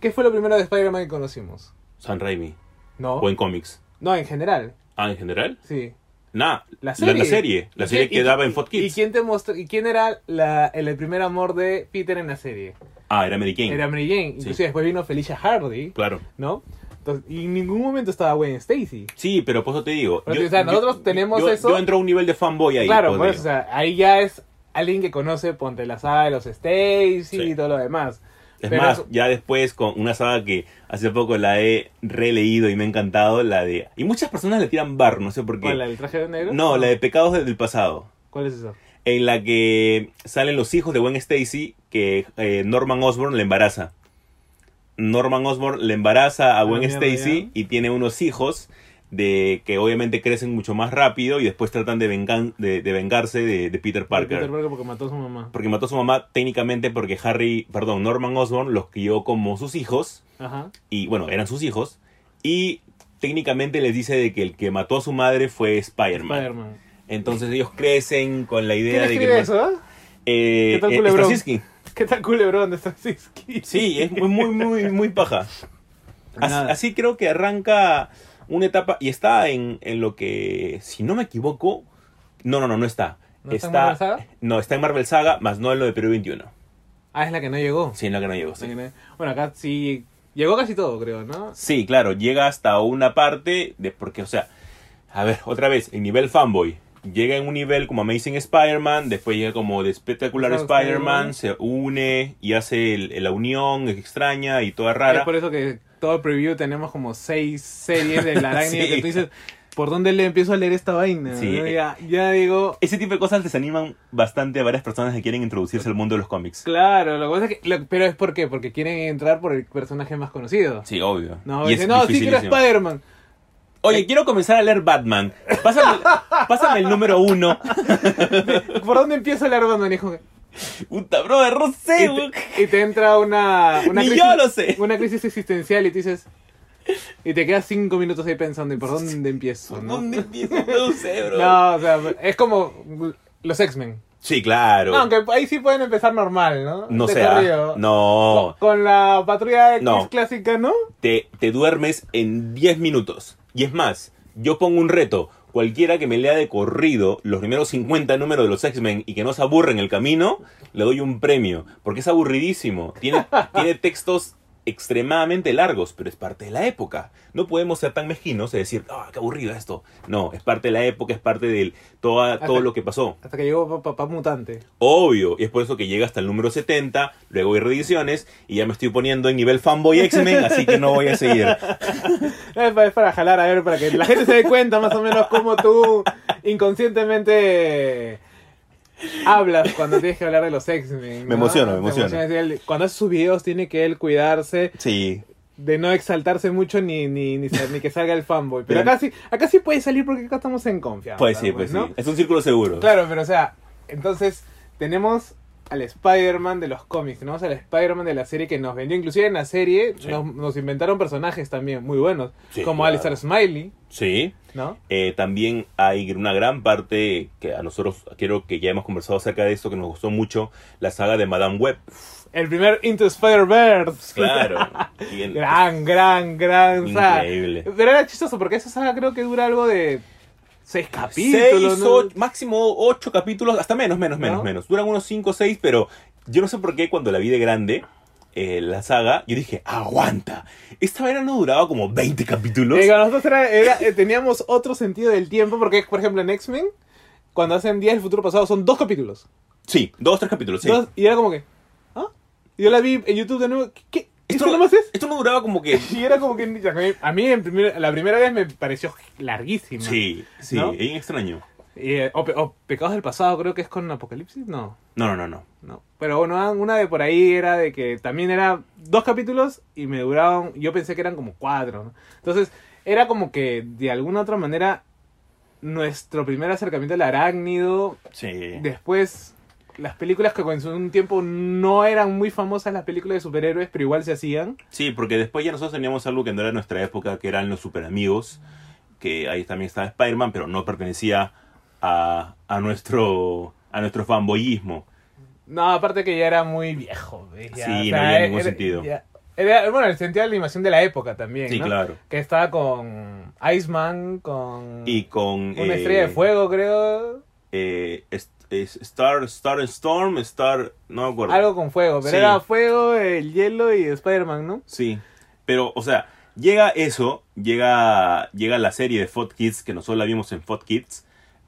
A: ¿Qué fue lo primero de Spider-Man que conocimos?
B: San Raimi.
A: No.
B: O en cómics.
A: No, en general.
B: Ah, en general.
A: Sí.
B: Nah,
A: La
B: la
A: serie.
B: serie. La serie,
A: ¿Y quién-
B: que
A: y-
B: daba en Fox
A: ¿Y
B: Kids.
A: quién te mostró? ¿Y quién era la, el, el primer amor de Peter en la serie?
B: ah, era Mary Jane.
A: Era Mary Jane.
B: Sí.
A: Inclusive después vino Felicia Hardy,
B: Claro.
A: ¿no? Entonces, y en ningún momento estaba Gwen Stacy.
B: Sí, pero por eso te digo.
A: Pero, o sea, nosotros tenemos
B: yo-
A: eso.
B: Yo entro a un nivel de fanboy ahí.
A: Claro,
B: pues,
A: pues,
B: digo.
A: o sea, ahí ya es alguien que conoce Ponte la saga de los Stacy
B: Sí.
A: y todo lo demás.
B: Es
A: Pero
B: más,
A: eso-
B: ya después con una saga que hace poco la he releído y me ha encantado, la de... Y muchas personas le tiran bar, no sé por qué.
A: ¿Cuál, la del traje de negro?
B: No, la de Pecados del pasado,
A: ¿Cuál es eso?
B: en la que salen los hijos de Gwen Stacy que eh, Norman Osborn le embaraza. Norman Osborn le embaraza a
A: la
B: Gwen
A: Ah, mierda,
B: Stacy
A: ya.
B: y tiene unos hijos de que obviamente crecen mucho más rápido y después tratan de, vengan- de, de vengarse de, de Peter
A: De
B: Parker.
A: Peter Parker porque mató a su mamá.
B: Porque mató a su mamá técnicamente porque Harry, perdón, Norman Osborn los crió como sus hijos
A: Ajá.
B: y bueno, eran sus hijos, y técnicamente les dice de que el que mató a su madre fue Spider-Man.
A: Spider-Man.
B: Entonces ellos crecen con la idea de
A: ¿Quién
B: que...
A: escribe eso? ah?
B: Eh,
A: ¿Qué tal
B: eh,
A: Culebrón?
B: Straczynski.
A: ¿Qué tan culebrón de Stasinski?
B: Sí, es muy, muy, muy, muy paja. Así,
A: Nada.
B: así creo que arranca una etapa y está en, en lo que, si no me equivoco, no, no, no, no está.
A: ¿No está en Marvel Saga?
B: No, está en Marvel Saga, más no en lo de Perú 21.
A: Ah, es la que no llegó.
B: Sí, en la que no llegó. sí.
A: Bueno, acá sí. Llegó casi todo, creo, ¿no?
B: Sí, claro, llega hasta una parte de porque, o sea, a ver, otra vez, el nivel fanboy. Llega en un nivel como Amazing Spider-Man, después llega como de Spectacular
A: Claro,
B: Spider-Man, se une y hace el- la unión extraña y toda rara.
A: Es por e- eso que todo el preview tenemos como seis series de la araña
B: Sí.
A: que tú dices, ¿por dónde le empiezo a leer esta vaina?
B: Sí.
A: ¿No? Ya, ya digo,
B: Ese tipo de cosas desaniman bastante a varias personas que quieren introducirse al mundo de los cómics.
A: claro, lo que pasa es que. lo- pero es por qué, porque quieren entrar por el personaje más conocido.
B: Sí, obvio.
A: No,
B: Y
A: dice,
B: es
A: no, sí quiero
B: dificilísimo.
A: Spider-Man.
B: Oye, quiero comenzar a leer Batman. Pásame, pásame el número uno.
A: ¿Por dónde empieza el Spider-Man? Hijo?
B: Puta, brother, no sé,
A: Y, te, y te entra una, una
B: Ni yo lo sé.
A: una crisis existencial y tú dices, y te quedas cinco minutos ahí pensando, ¿y por dónde empiezo?
B: ¿Por
A: no?
B: ¿Dónde empiezo? No sé, bro.
A: No, o sea, es como los X-Men.
B: Sí, claro.
A: No, aunque ahí sí pueden empezar normal, ¿no?
B: No
A: De
B: sé. ah,
A: corrido.
B: No.
A: Con la patrulla X
B: No.
A: clásica, ¿no?
B: Te, te duermes en 10 minutos. Y es más, yo pongo un reto. Cualquiera que me lea de corrido los primeros 50 números de los X-Men y que no se aburre en el camino, le doy un premio. Porque es aburridísimo. Tiene, tiene textos extremadamente largos, pero es parte de la época. No podemos ser tan mezquinos y decir, ah, qué aburrido esto. No, es parte de la época, es parte de toda, todo lo que pasó.
A: Hasta que llegó Papá Mutante.
B: Obvio, y es por eso que llega hasta el número 70, luego hay reediciones, y ya me estoy poniendo en nivel fanboy X-Men, así que no voy a seguir.
A: Es pa- Eh, pues, es para, jalar, a ver, para que la gente se dé cuenta más o menos cómo tú inconscientemente hablas cuando tienes que hablar de los X-Men. ¿no?
B: Me emociono, me
A: Te
B: emociono.
A: emocionas y él- Cuando hace sus videos tiene que él cuidarse
B: Sí,
A: de no exaltarse mucho ni, ni, ni, sa- ni que salga el fanboy. Pero
B: Bien.
A: acá sí, acá sí puede salir porque acá estamos en confianza.
B: pues sí, pues sí.
A: ¿no?
B: Es un círculo seguro.
A: Claro, pero o sea, entonces tenemos al Spider-Man de los cómics, tenemos al Spider-Man de la serie que nos vendió, inclusive en la serie
B: Sí.
A: nos, nos inventaron personajes también muy buenos,
B: Sí,
A: como
B: claro.
A: Alistair Smiley,
B: Sí.
A: ¿no?
B: Eh, también hay una gran parte que a nosotros, creo que ya hemos conversado acerca de esto, que nos gustó mucho, la saga de Madame Web.
A: El primer Into Spider-Verse.
B: Claro. Y el-
A: gran, gran, gran saga.
B: Increíble.
A: Pero era chistoso porque esa saga creo que dura algo de seis capítulos.
B: Seis,
A: ¿no?
B: ocho- máximo ocho capítulos, hasta menos, menos, menos,
A: ¿No?
B: menos. Duran unos cinco o seis, pero yo no sé por qué cuando la vi de grande, eh, la saga, yo dije, aguanta. Esta vaina no duraba como 20 capítulos.
A: Eh, nosotros era- era- eh, teníamos otro sentido del tiempo porque, por ejemplo, en X-Men, cuando hacen Días del Futuro Pasado, son dos capítulos.
B: Sí, dos, tres capítulos, sí.
A: Dos- y era como que. ¿Ah? Y yo la vi en YouTube de nuevo. ¿Qué, ¿Eso nomás es?
B: esto no duraba como que...
A: Y era como que ni- a mí- a mí en primer- la primera vez me pareció larguísima.
B: Sí, sí,
A: ¿No?
B: es bien extraño.
A: Y, eh, o, pe- o Pecados del Pasado creo que es con Apocalipsis, no.
B: No, no, no, no.
A: No. Pero bueno, ah, una de por ahí era de que también era dos capítulos y me duraban, yo pensé que eran como cuatro. ¿no? Entonces, era como que de alguna otra manera nuestro primer acercamiento al arácnido,
B: Sí.
A: después las películas que en un tiempo no eran muy famosas las películas de superhéroes, pero igual se hacían.
B: Sí, porque después ya nosotros teníamos algo que no era nuestra época, que eran los superamigos, que ahí también estaba Spider-Man, pero no pertenecía a, a nuestro a nuestro fanboyismo.
A: No, aparte que ya era muy viejo. ¿ves? Ya,
B: Sí, no había ningún
A: era-
B: sentido.
A: ya- era, bueno, el sentido de la animación de la época también,
B: Sí,
A: ¿no?
B: claro.
A: Que estaba con Iceman, con...
B: Y con...
A: Una
B: eh,
A: estrella de fuego, creo.
B: eh, es- es Star, Star and Storm, Star... No me acuerdo.
A: Algo con fuego, pero
B: Sí.
A: era fuego, el hielo y Spider-Man, ¿no?
B: Sí, pero, o sea, llega eso, llega, llega la serie de Fot Kids, que nosotros la vimos en Fot Kids,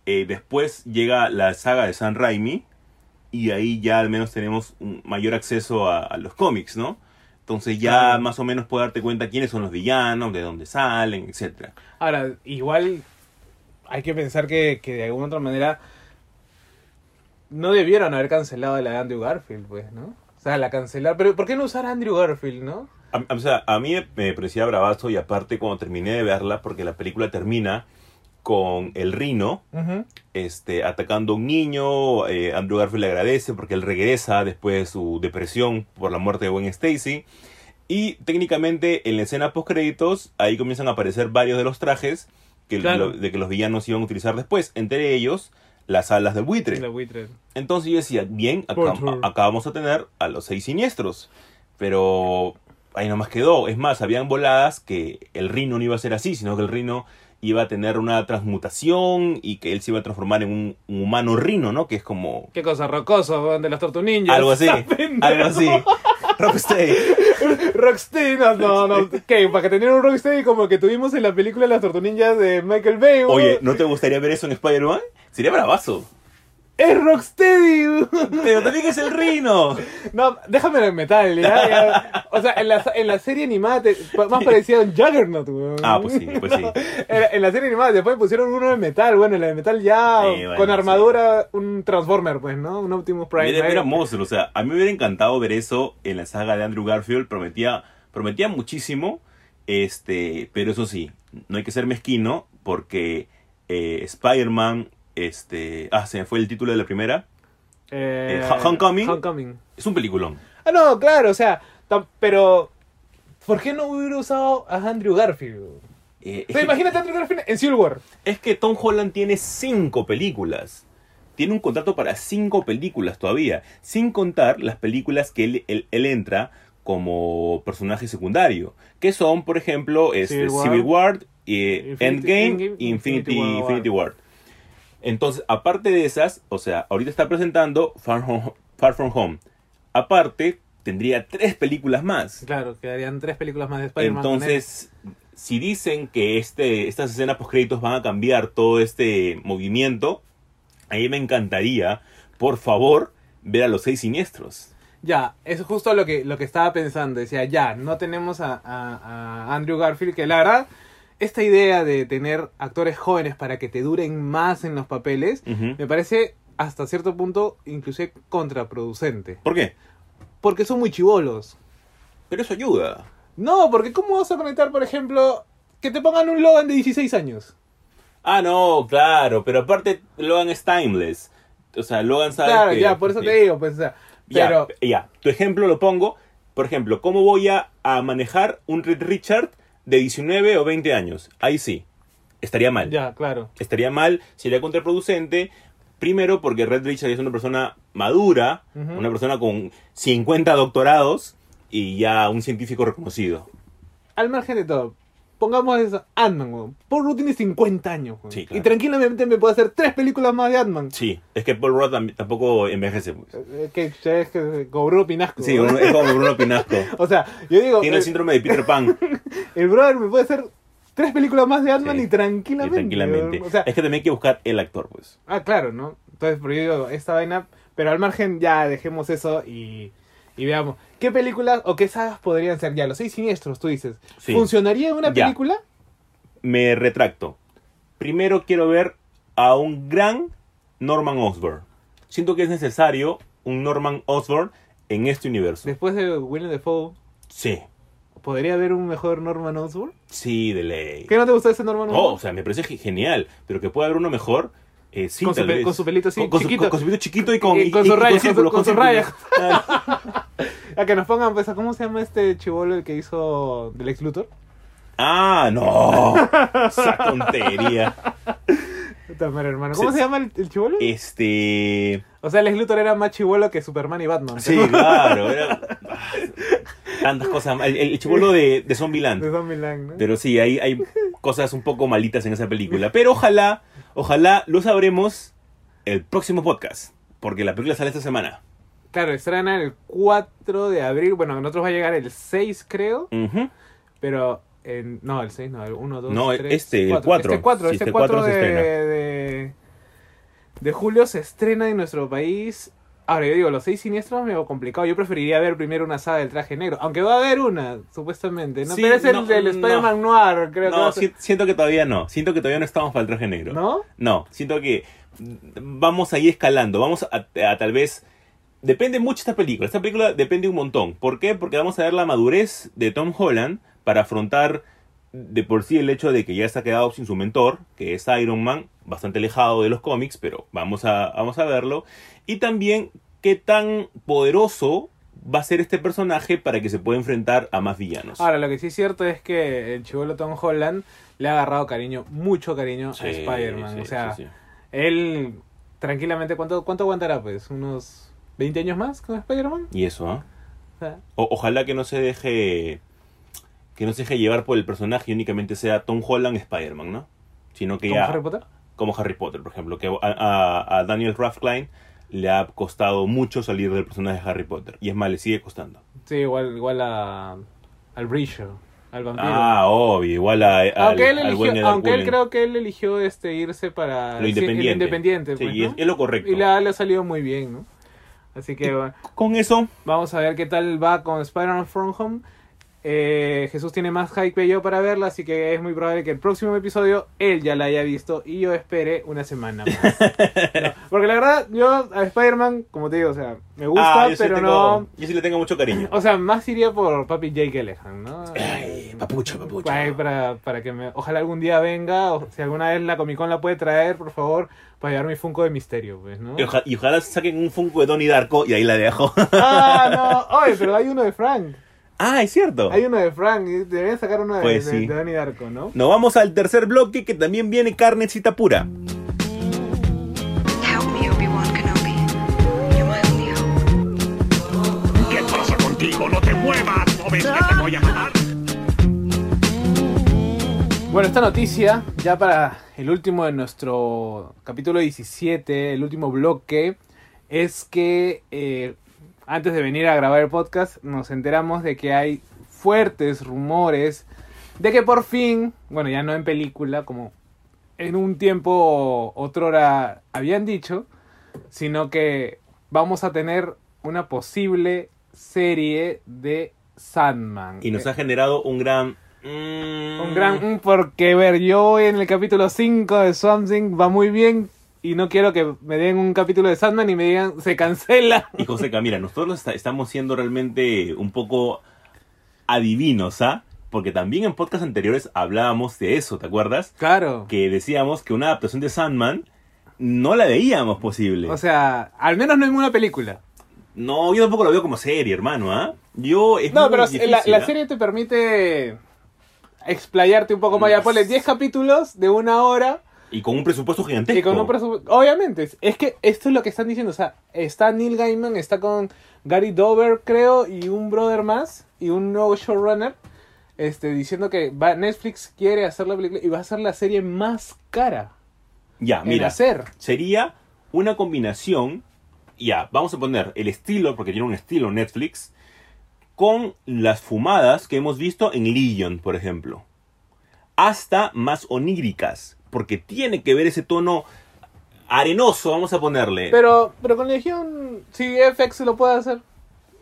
B: eh, después llega la saga de San Raimi, y ahí ya al menos tenemos un mayor acceso a, a los cómics, ¿no? Entonces ya
A: Claro.
B: más o menos puedo darte cuenta quiénes son los villanos, de dónde salen, etcétera.
A: Ahora, igual hay que pensar que, que de alguna otra manera no debieron haber cancelado la de Andrew Garfield, pues, ¿no? O sea, la cancelar, pero ¿por qué no usar a Andrew Garfield, no?
B: A- a- o sea, a mí me- me parecía bravazo y aparte cuando terminé de verla, porque la película termina con el rino,
A: Ujú.
B: este, atacando a un niño. eh, Andrew Garfield le agradece porque él regresa después de su depresión por la muerte de Gwen Stacy. Y técnicamente en la escena post créditos ahí comienzan a aparecer varios de los trajes que,
A: Claro.
B: lo- de que los villanos iban a utilizar después, entre ellos las alas del buitre.
A: La buitre.
B: Entonces yo decía, bien, acá,
A: Buitre.
B: acá vamos a tener a los seis siniestros, pero ahí nomás quedó. Es más, habían voladas que el rino no iba a ser así, sino que el rino iba a tener una transmutación y que él se iba a transformar en un, un humano rino, ¿no? Que es como
A: Qué cosa, rocoso, weón, de los Tortu Ninjas.
B: algo así,
A: Pendejo.
B: algo así. Rocksteady.
A: Rocksteady, no, no, no. ¿Qué? Para que tener un Rocksteady como que tuvimos en la película Las Tortu Ninjas de Michael Bay, weón.
B: Oye, ¿no te gustaría ver eso en Spider-Man? Sería bravazo.
A: ¡Es Rocksteady! weón.
B: Pero también es el rino.
A: No, déjame en metal, ya. ya. O sea, en la, en la serie animada te- pa- más parecía un Juggernaut, weón.
B: Ah, pues sí, pues sí.
A: En, en la serie animada después pusieron uno de metal, bueno, en la de metal ya
B: Sí, bueno,
A: con
B: sí.
A: armadura un Transformer, pues, ¿no? Un Optimus Prime. eh,
B: Era, era
A: ahí.
B: monstruo, o sea, a mí me hubiera encantado ver eso en la saga de Andrew Garfield, prometía, prometía muchísimo, este, pero eso sí, no hay que ser mezquino porque eh, Spider-Man, este, ah, se me fue el título de la primera,
A: Eh,
B: eh, Ho- Homecoming.
A: Homecoming.
B: es un peliculón.
A: Ah, no, claro, o sea, tam- pero ¿por qué no hubiera usado a Andrew Garfield?
B: Eh, es,
A: O sea,
B: que-
A: imagínate a Andrew Garfield en Civil War.
B: es que Tom Holland tiene cinco películas. Tiene un contrato para cinco películas todavía, sin contar las películas que él, él- él entra como personaje secundario, que son, por ejemplo, este,
A: Civil
B: Civil
A: War.
B: War, eh,
A: Infinity-
B: Endgame,
A: Endgame,
B: Infinity,
A: Infinity War.
B: Infinity, War. Entonces, aparte de esas, o sea, ahorita está presentando Far From, Far From Home. Aparte, tendría tres películas más.
A: Claro, quedarían tres películas más de Spider-Man. con él.
B: Entonces, si dicen que este, estas escenas post créditos van a cambiar todo este movimiento, a mí me encantaría, por favor, ver a los seis siniestros.
A: Ya, es justo lo que, lo que estaba pensando. Decía, ya, no tenemos a, a- a Andrew Garfield, que la verdad, esta idea de tener actores jóvenes para que te duren más en los papeles,
B: Ujú.
A: me parece hasta cierto punto inclusive contraproducente.
B: ¿Por qué?
A: Porque son muy chivolos.
B: Pero eso ayuda.
A: No, porque ¿cómo vas a conectar, por ejemplo, que te pongan un Logan de 16 años?
B: Ah, no, claro, pero aparte Logan es timeless. O sea, Logan sabe
A: Claro,
B: que-
A: ya, por eso te digo, pues, o sea,
B: Ya,
A: pero...
B: ya, tu ejemplo lo pongo, por ejemplo, ¿cómo voy a, a manejar un Reed Richard de 19 o 20 años? Ahí sí, estaría mal.
A: Ya, claro.
B: estaría mal, sería contraproducente. Primero, porque Red Richard es una persona madura,
A: Ujú.
B: una persona con 50 doctorados y ya un científico reconocido.
A: al margen de todo, pongamos eso, Ant-Man, weón. Paul Rudd tiene 50 años, weón.
B: Sí, claro.
A: Y tranquilamente me puede hacer tres películas más de Ant-Man.
B: Sí, es que Paul Rudd tam- tampoco envejece. pues.
A: Eh, Que ya es que cobró pinasco.
B: Sí,
A: weón.
B: Bruno- es como Bruno Pinasco.
A: O sea, yo digo,
B: Tiene el
A: el,
B: síndrome de Peter Pan.
A: el brother me puede hacer tres películas más de Ant-Man
B: Sí,
A: y
B: eh,
A: tranquilamente.
B: tranquilamente.
A: weón. O sea,
B: es que también hay que buscar el actor, pues.
A: ah, claro, ¿no? Entonces, por ello digo, esta vaina, pero al margen ya dejemos eso y, y veamos. ¿Qué películas o qué sagas podrían ser? Ya, los seis siniestros, tú dices.
B: Sí.
A: ¿Funcionaría en una
B: Ya.
A: película?
B: Me retracto. Primero quiero ver a un gran Norman Osborn. Siento que es necesario un Norman Osborn en este universo.
A: Después de Winnie the Foe,
B: Sí,
A: ¿podría haber un mejor Norman Osborn?
B: sí, de ley.
A: ¿Qué no te gustó ese Norman
B: No, o
A: Osborn?
B: sea, me parece ge- genial, pero que pueda haber uno mejor. eh, sí,
A: Con su
B: tal
A: pe-
B: vez.
A: con su pelito así,
B: Con, con su-
A: chiquito.
B: con- con su pelito chiquito y con,
A: Y-
B: y-
A: con
B: y-
A: sus
B: y
A: rayas,
B: círculos,
A: con sus- con sus
B: círculos. Claro. Oh.
A: A que nos pongan, pues, a ¿cómo se llama este chivolo el que hizo del ex Luthor?
B: Ah, no. Esa tontería.
A: Puta madre, hermano. ¿Cómo
B: Sí,
A: se
B: sí.
A: llama el, el chivolo?
B: Este.
A: O sea, el ex Luthor era más chivolo que Superman y Batman.
B: Sí, claro. era- ah, Tantas cosas. El, el chibolo de, de
A: De
B: Zombieland.
A: Don Milán, ¿no?
B: Pero sí, hay, hay cosas un poco malitas en esa película. Pero ojalá, ojalá lo sabremos el próximo podcast. Porque la película sale esta semana.
A: Claro, estrena el 4 de abril. Bueno, a nosotros va a llegar el 6, creo.
B: Ujú.
A: Pero. en- no, el 6, no, el 1, 2,
B: No,
A: 3.
B: este, el cuatro.
A: Este 4,
B: Sí,
A: este
B: este
A: 4
B: cuatro
A: de,
B: se estrena.
A: de, de julio se estrena en nuestro país. Ahora, yo digo, los 6 siniestros me veo complicado. Yo preferiría ver primero una saga del traje negro. Aunque va a haber una, supuestamente. ¿no?
B: Sí,
A: Pero es el
B: no,
A: del
B: no.
A: Spider-Man Noir, creo que. va
B: No,
A: a ser-
B: si- siento que todavía no. Siento que todavía no estamos para el traje negro.
A: ¿No?
B: No, siento que vamos ahí escalando. Vamos a, a tal vez. Depende mucho esta película. Esta película depende un montón. ¿Por qué? Porque vamos a ver la madurez de Tom Holland para afrontar de por sí el hecho de que ya se ha quedado sin su mentor, que es Iron Man, bastante alejado de los cómics, pero vamos a, vamos a verlo. Y también qué tan poderoso va a ser este personaje para que se pueda enfrentar a más villanos.
A: Ahora, lo que sí es cierto es que el chivolo Tom Holland le ha agarrado cariño, mucho cariño
B: Sí,
A: a Spider-Man.
B: sí,
A: o sea,
B: sí, sí.
A: él tranquilamente, ¿cuánto, ¿cuánto aguantará? Pues, unos 20 años más con Spider-Man.
B: Y eso, ¿ah?
A: O sea,
B: O- ojalá que no se deje. Que no se deje llevar por el personaje y únicamente sea Tom Holland Spider-Man, ¿no? Sino que
A: ¿Como
B: ya.
A: Harry Potter?
B: como Harry Potter, por ejemplo. Que a, a- a Daniel Radcliffe le ha costado mucho salir del personaje de Harry Potter. Y es más, le sigue costando.
A: Sí, igual, igual a, al Brillo, al vampiro.
B: Ah, obvio. Igual a, al-
A: aunque él,
B: al
A: eligió-
B: buen Edward
A: aunque él
B: Cullen.
A: creo que él eligió este irse para
B: Lo
A: sí, el
B: independiente.
A: independiente,
B: Sí,
A: pues,
B: y es,
A: ¿no?
B: es lo correcto.
A: Y le ha, le ha salido muy bien, ¿no? Así que va-
B: Con eso.
A: vamos a ver qué tal va con Spider-Man From Home. Eh, Jesús tiene más hype que yo para verla, así que es muy probable que el próximo episodio él ya la haya visto y yo espere una semana más. No, porque la verdad, yo a Spider-Man, como te digo, o sea, me gusta,
B: ah, yo sí le
A: pero
B: tengo-
A: no.
B: Yo sí le tengo mucho cariño.
A: O sea, más iría por papi Jake Elehan, ¿no?
B: Ay, papucho, papucho.
A: Ay, para, para que me, ojalá algún día venga, o si alguna vez la Comic Con la puede traer, por favor, para llevar mi Funko de misterio, pues, ¿no?
B: Y, oja- y ojalá saquen un Funko de Donnie Darko y ahí la dejo.
A: Ah, no, oye, pero hay uno de Frank,
B: ah, es cierto.
A: hay uno de Frank, y deberían sacar uno de,
B: Pues
A: de-
B: sí.
A: de Donnie Darko, ¿no?
B: Nos vamos al tercer bloque que también viene carnecita pura.
C: Help me, Obi-Wan Kenobi. You're my only hope.
D: ¿Qué pasa contigo? ¡No te muevas! ¿No ves que te voy a matar?
A: Bueno, esta noticia, ya para el último de nuestro capítulo 17, el último bloque, es que eh, antes de venir a grabar el podcast nos enteramos de que hay fuertes rumores de que por fin, bueno, ya no en película, como en un tiempo otrora habían dicho, sino que vamos a tener una posible serie de Sandman.
B: Y nos
A: Eh,
B: ha generado un gran... mm,
A: un gran un porque ver, yo voy en el capítulo 5 de Something, va muy bien y no quiero que me den un capítulo de Sandman y me digan se cancela.
B: Y Joseca, mira, nosotros est- estamos siendo realmente un poco adivinos, ¿ah? Porque también en podcast anteriores hablábamos de eso, ¿te acuerdas?
A: Claro.
B: Que decíamos que una adaptación de Sandman no la veíamos posible.
A: O sea, al menos no en una película.
B: no, yo tampoco la veo como serie, hermano, ¿ah? Yo... es
A: No,
B: muy
A: pero
B: difícil,
A: la, la
B: ¿ah?
A: serie te permite explayarte un poco más. Ya ponle 10 capítulos de una hora
B: Y con un presupuesto gigantesco.
A: y con un presupuesto. Obviamente, es- es que esto es lo que están diciendo. O sea, está Neil Gaiman, está con Gary Dover, creo, y un brother más, y un nuevo showrunner, este, diciendo que va- Netflix quiere hacer la película y va a ser la serie más cara
B: Ya,
A: en
B: Ah, mira.
A: hacer.
B: sería una combinación, ya, vamos a poner el estilo, porque tiene un estilo Netflix, con las fumadas que hemos visto en Legion, por ejemplo. Hasta más oníricas, porque tiene que ver ese tono arenoso, vamos a ponerle.
A: Pero, pero con Legión, si FX lo puede hacer.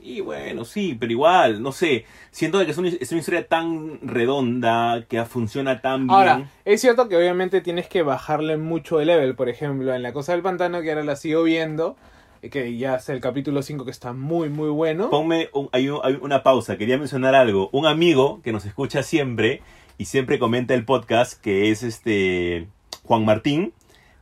B: Y bueno, sí, pero igual, no sé. Siento que es una, es una historia tan redonda, que funciona tan bien.
A: Ahora, es cierto que obviamente tienes que bajarle mucho de level. Por ejemplo, en La Cosa del Pantano, que ahora la sigo viendo, eh, que ya es el capítulo 5 que está muy, muy bueno.
B: Ponme un- hay un- hay una pausa, quería mencionar algo. Un amigo que nos escucha siempre y siempre comenta el podcast, que es este Juan Martín.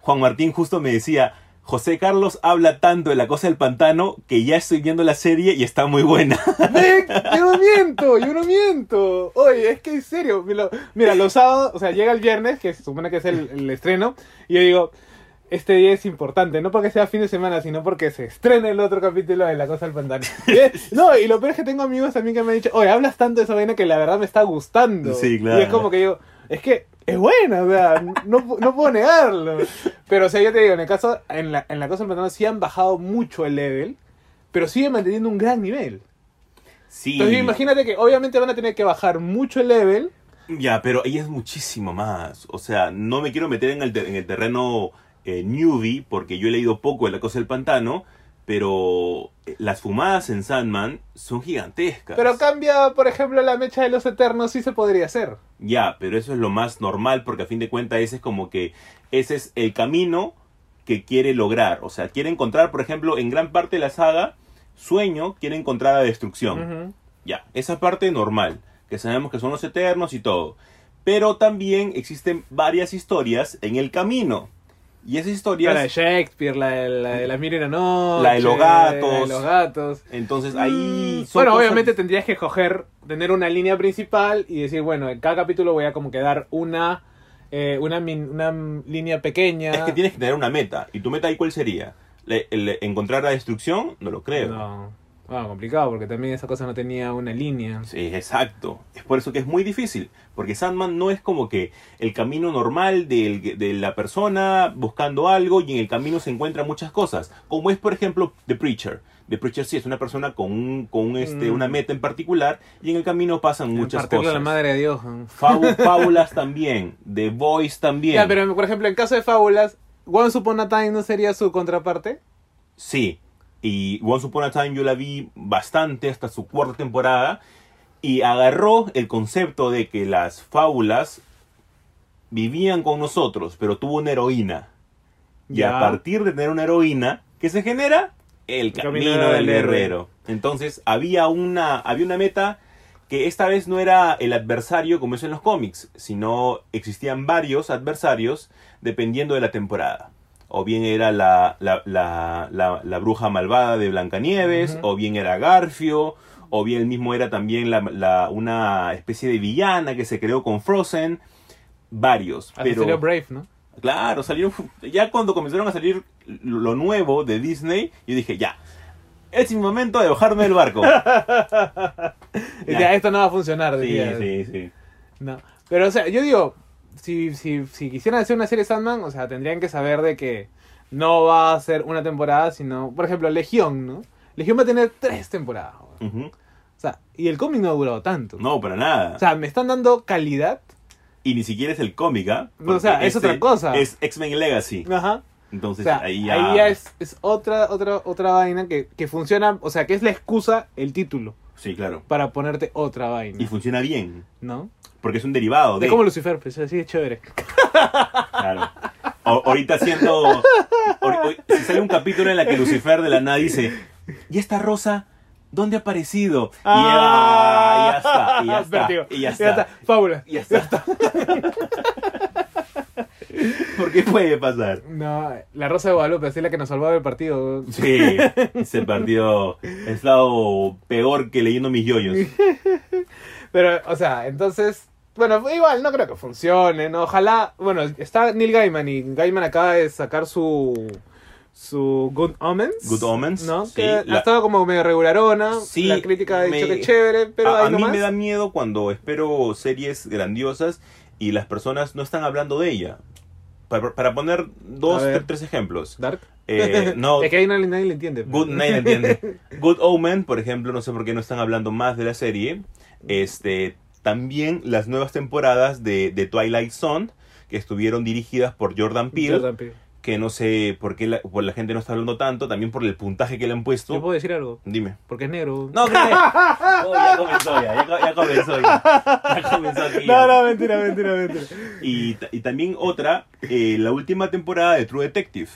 B: Juan Martín justo me decía, José Carlos habla tanto de la cosa del pantano que ya estoy viendo la serie y está muy buena.
A: Nick, Yo no miento, yo no miento. Oye, es que en serio, me lo- mira, los sábados, o sea, llega el viernes, que se supone que es el, el estreno, y yo digo, este día es importante, no porque sea fin de semana, sino porque se estrena el otro capítulo de La Cosa del Pantano. Y es- no, y lo peor es que tengo amigos también que me han dicho, oye, hablas tanto de esa vaina que la verdad me está gustando.
B: Sí, claro.
A: Y es como que digo, es que es buena, o sea, no, no puedo negarlo. Pero, o sea, yo te digo, en el caso, en La, en la Cosa del Pantano sí han bajado mucho el level, pero sigue manteniendo un gran nivel.
B: Sí,
A: Entonces imagínate que obviamente van a tener que bajar mucho el level.
B: ya, pero ella es muchísimo más. O sea, no me quiero meter en el, ter- en el terreno eh, newbie porque yo he leído poco de la cosa del pantano, pero eh, las fumadas en Sandman son gigantescas.
A: Pero cambia, por ejemplo, la mecha de los eternos, sí se podría hacer.
B: Ya, pero eso es lo más normal porque a fin de cuentas ese es como que ese es el camino que quiere lograr. O sea, quiere encontrar, por ejemplo, en gran parte de la saga, Sueño quiere encontrar la destrucción.
A: Ujú.
B: Ya, esa parte normal, que sabemos que son los eternos y todo. Pero también existen varias historias en el camino. Y esas historias...
A: La de Shakespeare, la de la, de la Mirena no.
B: La de los gatos.
A: La de los gatos.
B: Entonces ahí... son
A: Mm, Bueno,
B: cosas-
A: obviamente tendrías que coger, tener una línea principal y decir, bueno, en cada capítulo voy a como que dar una, eh, una, min- una mm, línea pequeña.
B: Es que tienes que tener una meta. ¿Y tu meta ahí cuál sería? Le- el- ¿Encontrar la destrucción? No lo creo.
A: No, Bueno, complicado, porque también esa cosa no tenía una línea.
B: Sí, exacto. Es por eso que es muy difícil. Porque Sandman no es como que el camino normal del- de la persona buscando algo y en el camino se encuentran muchas cosas. Como es, por ejemplo, The Preacher. The Preacher sí es una persona con, un- con un, este,
A: Mm.
B: una meta en particular y en el camino pasan muchas
A: Partirle a
B: cosas.
A: la madre de Dios. ¿no?
B: Fábu- fábulas también. The Voice también.
A: Ya, pero por ejemplo, en caso de fábulas, Once Upon a Time no sería su contraparte.
B: Sí. Y Once Upon a Time yo la vi bastante hasta su cuarta temporada. Y agarró el concepto de que las fábulas vivían con nosotros, pero tuvo una heroína. Y
A: Ya.
B: a partir de tener una heroína, ¿qué se genera? El camino, del guerrero. Entonces había una, había una meta que esta vez no era el adversario como es en los cómics, sino existían varios adversarios dependiendo de la temporada. O bien era la, la, la, la, la bruja malvada de Blancanieves,
A: Ujú.
B: o bien era Garfio, o bien el mismo era también la, la- una especie de villana que se creó con Frozen. Varios.
A: Hasta
B: pero...
A: sería Brave, ¿no?
B: Claro, salieron. Ya cuando comenzaron a salir lo nuevo de Disney, yo dije, ya. Es mi momento de bajarme del barco.
A: Ya. esto no va a funcionar.
B: sí,
A: diría.
B: sí, sí.
A: No. Pero, o sea, yo digo, si, si, si quisieran hacer una serie Sandman, o sea, tendrían que saber de que no va a ser una temporada, sino, por ejemplo, Legión, ¿no? Legión va a tener tres temporadas. O
B: Ujú.
A: sea, y el cómic no ha durado tanto.
B: No, para nada.
A: O sea, me están dando calidad.
B: y ni siquiera es el cómic, ¿ah?
A: No, o sea,
B: Porque
A: es otra cosa.
B: Es X-Men Legacy.
A: Ajá.
B: Entonces
A: O sea,
B: ahí ya.
A: es, es otra, otra, otra vaina que, que funciona, o sea, que es la excusa, el título,
B: Sí, claro.
A: para ponerte otra vaina,
B: Y funciona bien.
A: ¿no?
B: Porque es un derivado de.
A: Es como Lucifer, pues así de chévere.
B: Claro. O- ahorita siendo. ori- ori- si sale un capítulo en la que Lucifer de la nada dice: ¿Y esta rosa? ¿Dónde ha aparecido? Y ya,
A: Ah.
B: ya está, y ya
A: Vértigo.
B: está, y ya está.
A: Fábula.
B: Ya está. Porque puede pasar.
A: No, la Rosa de Guadalupe, así es la que nos salvaba del partido.
B: Sí, ese partido ha estado peor que leyendo mis yoyos.
A: Pero, o sea, entonces, bueno, igual, no creo que funcione, ¿no? Ojalá, bueno, está Neil Gaiman y Gaiman acaba de sacar su... Su Good Omens.
B: Good Omens,
A: ¿No?
B: sí,
A: que ha
B: la-
A: estado como medio regularona.
B: Sí,
A: La crítica ha
B: me-
A: dicho que es chévere, pero
B: a, a
A: ahí
B: mí
A: nomás.
B: me da miedo cuando espero series grandiosas y las personas no están hablando de ella. Para, para poner dos,
A: A ver.
B: tre- tres ejemplos.
A: Dark.
B: Eh, no,
A: Es que ahí nadie, nadie le entiende.
B: Good, nadie entiende. Good Omen, por ejemplo, no sé por qué no están hablando más de la serie. Este, también las nuevas temporadas de, de Twilight Zone, que estuvieron dirigidas por Jordan Peele,
A: Jordan Peele.
B: que no sé por qué la, por la gente no está hablando tanto, también por el puntaje que le han
A: ¿Yo
B: puesto.
A: puedo decir algo?
B: Dime.
A: Porque es negro.
B: No, que no, Oh, ya comenzó ya, ya, co- ya comenzó ya. Ya comenzó aquí. ya.
E: No, no, mentira, mentira, mentira.
B: Y, ta- y también otra, eh, la última temporada de True Detective,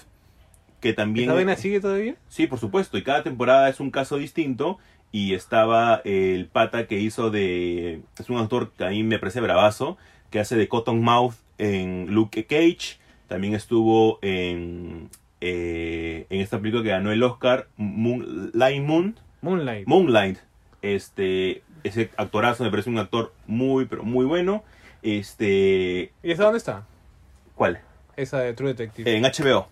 B: que también...
A: ¿Esta vaina sigue todavía?
B: Sí, por supuesto, y cada temporada es un caso distinto. Y estaba el pata que hizo de. Es un actor que a mí me parece bravazo, que hace de Cottonmouth en Luke Cage. También estuvo en. eh, en esta película que ganó el Oscar, Moon, Light Moon.
A: Moonlight.
B: Moonlight. Este. Ese actorazo me parece un actor muy, pero muy bueno. Este.
A: ¿Y esa dónde está?
B: ¿Cuál?
A: Esa de True Detective.
B: En HBO.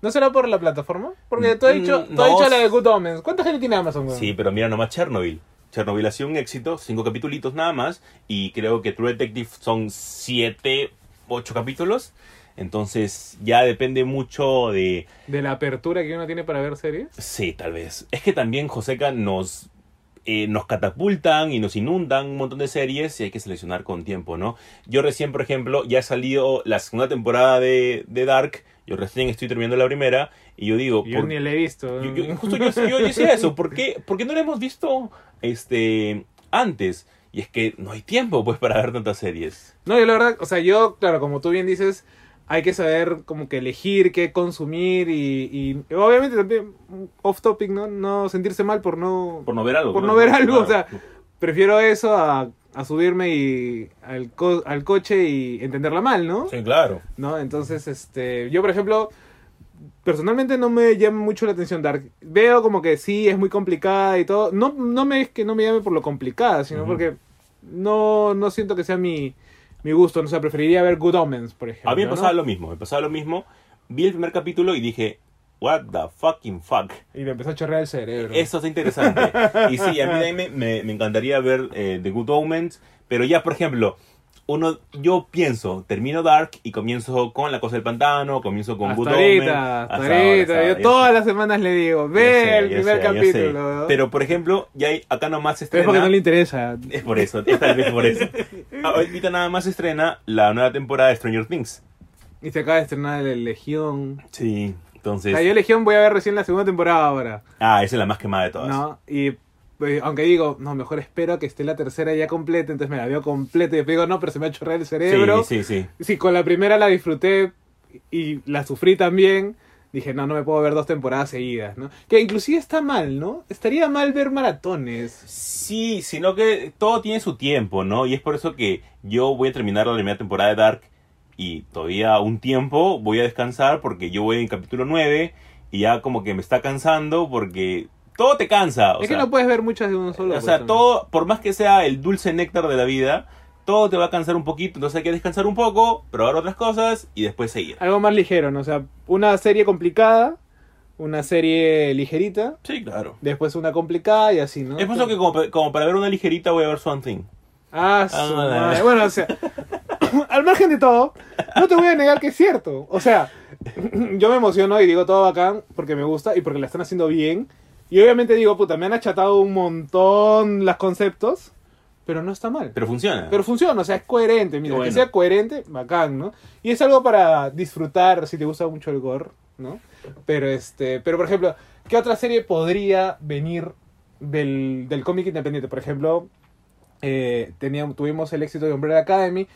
A: ¿No será por la plataforma? Porque tú has
B: Mm,
A: dicho, tú
B: no.
A: has dicho la de Good Omens. ¿Cuánta gente tiene Amazon? weón?
B: Sí, pero mira nomás Chernobyl. Chernobyl ha sido un éxito, cinco capítulos nada más, y creo que True Detective son siete, ocho capítulos. Entonces ya depende mucho de...
A: De la apertura que uno tiene para ver series.
B: Sí, tal vez. Es que también Joseca nos, eh, nos catapultan y nos inundan un montón de series y hay que seleccionar con tiempo, ¿no? Yo recién, por ejemplo, ya ha salido la segunda temporada de, de Dark, yo recién estoy terminando la primera, y yo digo...
A: Yo
B: ¿por
A: ni la he visto.
B: yo, yo- justo yo, yo decía eso, ¿por qué, por qué no lo hemos visto este, antes? Y es que no hay tiempo pues para ver tantas series.
A: No, yo la verdad, o sea, yo, claro, como tú bien dices, hay que saber como que elegir qué consumir y, y obviamente también mm, off topic, ¿no? No sentirse mal por no...
B: Por no ver algo.
A: Por
B: ¿no?
A: no ver
B: Claro.
A: algo, o sea, Prefiero eso a, a subirme y al, co- al coche y entenderla mal, ¿no?
B: Sí, claro.
A: ¿No? Entonces, este, yo por ejemplo, personalmente no me llama mucho la atención Dark. Veo como que sí, es muy complicada y todo. No, no me es que no me llame por lo complicada, sino
B: Ujú.
A: porque no, no siento que sea mi, mi gusto. O sea, preferiría ver Good Omens, por ejemplo.
B: A mí me
A: ¿no?
B: pasaba lo mismo, me pasaba lo mismo. Vi el primer capítulo y dije, what the fucking fuck.
A: Y me empezó a chorrear el cerebro.
B: Eso está interesante. Y sí, a mí también me, me- me encantaría ver eh, The Good Omens, pero ya, por ejemplo, uno, yo pienso, termino Dark y comienzo con La Cosa del Pantano, comienzo con
A: hasta
B: Good Omens.
A: ahorita, hasta ahorita.
B: hasta-
A: yo
B: ya
A: todas
B: sé.
A: las semanas le digo,
B: Yo
A: ve
B: sé,
A: el
B: yo
A: primer
B: sé, yo sé.
A: capítulo. ¿no?
B: Pero por ejemplo, ya hay- acá nomás se
A: Pero es
B: estrena.
A: porque no le interesa.
B: Es por eso, es tal vez por eso. Ah, Ahorita nada más se estrena la nueva temporada de Stranger Things.
A: Y se acaba de estrenar el Legión.
B: Sí. Entonces.
A: O sea, yo Legión voy a ver recién la segunda temporada ahora.
B: Ah, esa es la más quemada de todas.
A: ¿No? Y eh, aunque digo, no, mejor espero a que esté la tercera ya completa, entonces me la veo completa y después digo, no, pero se me ha chorreado el cerebro.
B: sí, sí, sí.
A: Si con la primera la disfruté y la sufrí también, dije, no, no me puedo ver dos temporadas seguidas, ¿no? Que inclusive está mal, ¿no? Estaría mal ver maratones.
B: Sí, sino que todo tiene su tiempo, ¿no? Y es por eso que yo voy a terminar la primera temporada de Dark y todavía un tiempo voy a descansar porque yo voy en capítulo 9 y ya como que me está cansando porque todo te cansa. O
A: es
B: sea,
A: que no puedes ver muchas de un solo.
B: O
A: pues,
B: sea,
A: también.
B: todo, por más que sea el dulce néctar de la vida, todo te va a cansar un poquito, entonces hay que descansar un poco, probar otras cosas y después seguir.
A: Algo más ligero, ¿no? O sea, una serie complicada, una serie ligerita,
B: Sí, claro.
A: después una complicada y así, ¿no?
B: Es por eso que como, pa- como para ver una ligerita voy a ver Swamp Thing.
A: Ah, su
B: Ah, la-
A: madre. Bueno, o sea, al margen de todo, no te voy a negar que es cierto. O sea, yo me emociono y digo todo bacán porque me gusta y porque la están haciendo bien. Y obviamente digo, puta, me han achatado un montón los conceptos, pero no está mal. Pero,
B: Pero funciona.
A: funciona, o sea, es coherente. Mira,
B: Ah. Qué
A: que
B: bueno.
A: sea coherente, bacán, ¿no? Y es algo para disfrutar si te gusta mucho el gore, ¿no? Pero, este, pero por ejemplo, ¿qué otra serie podría venir del, del cómic independiente? Por ejemplo, eh, teníamos, tuvimos el éxito de Umbrella Academy,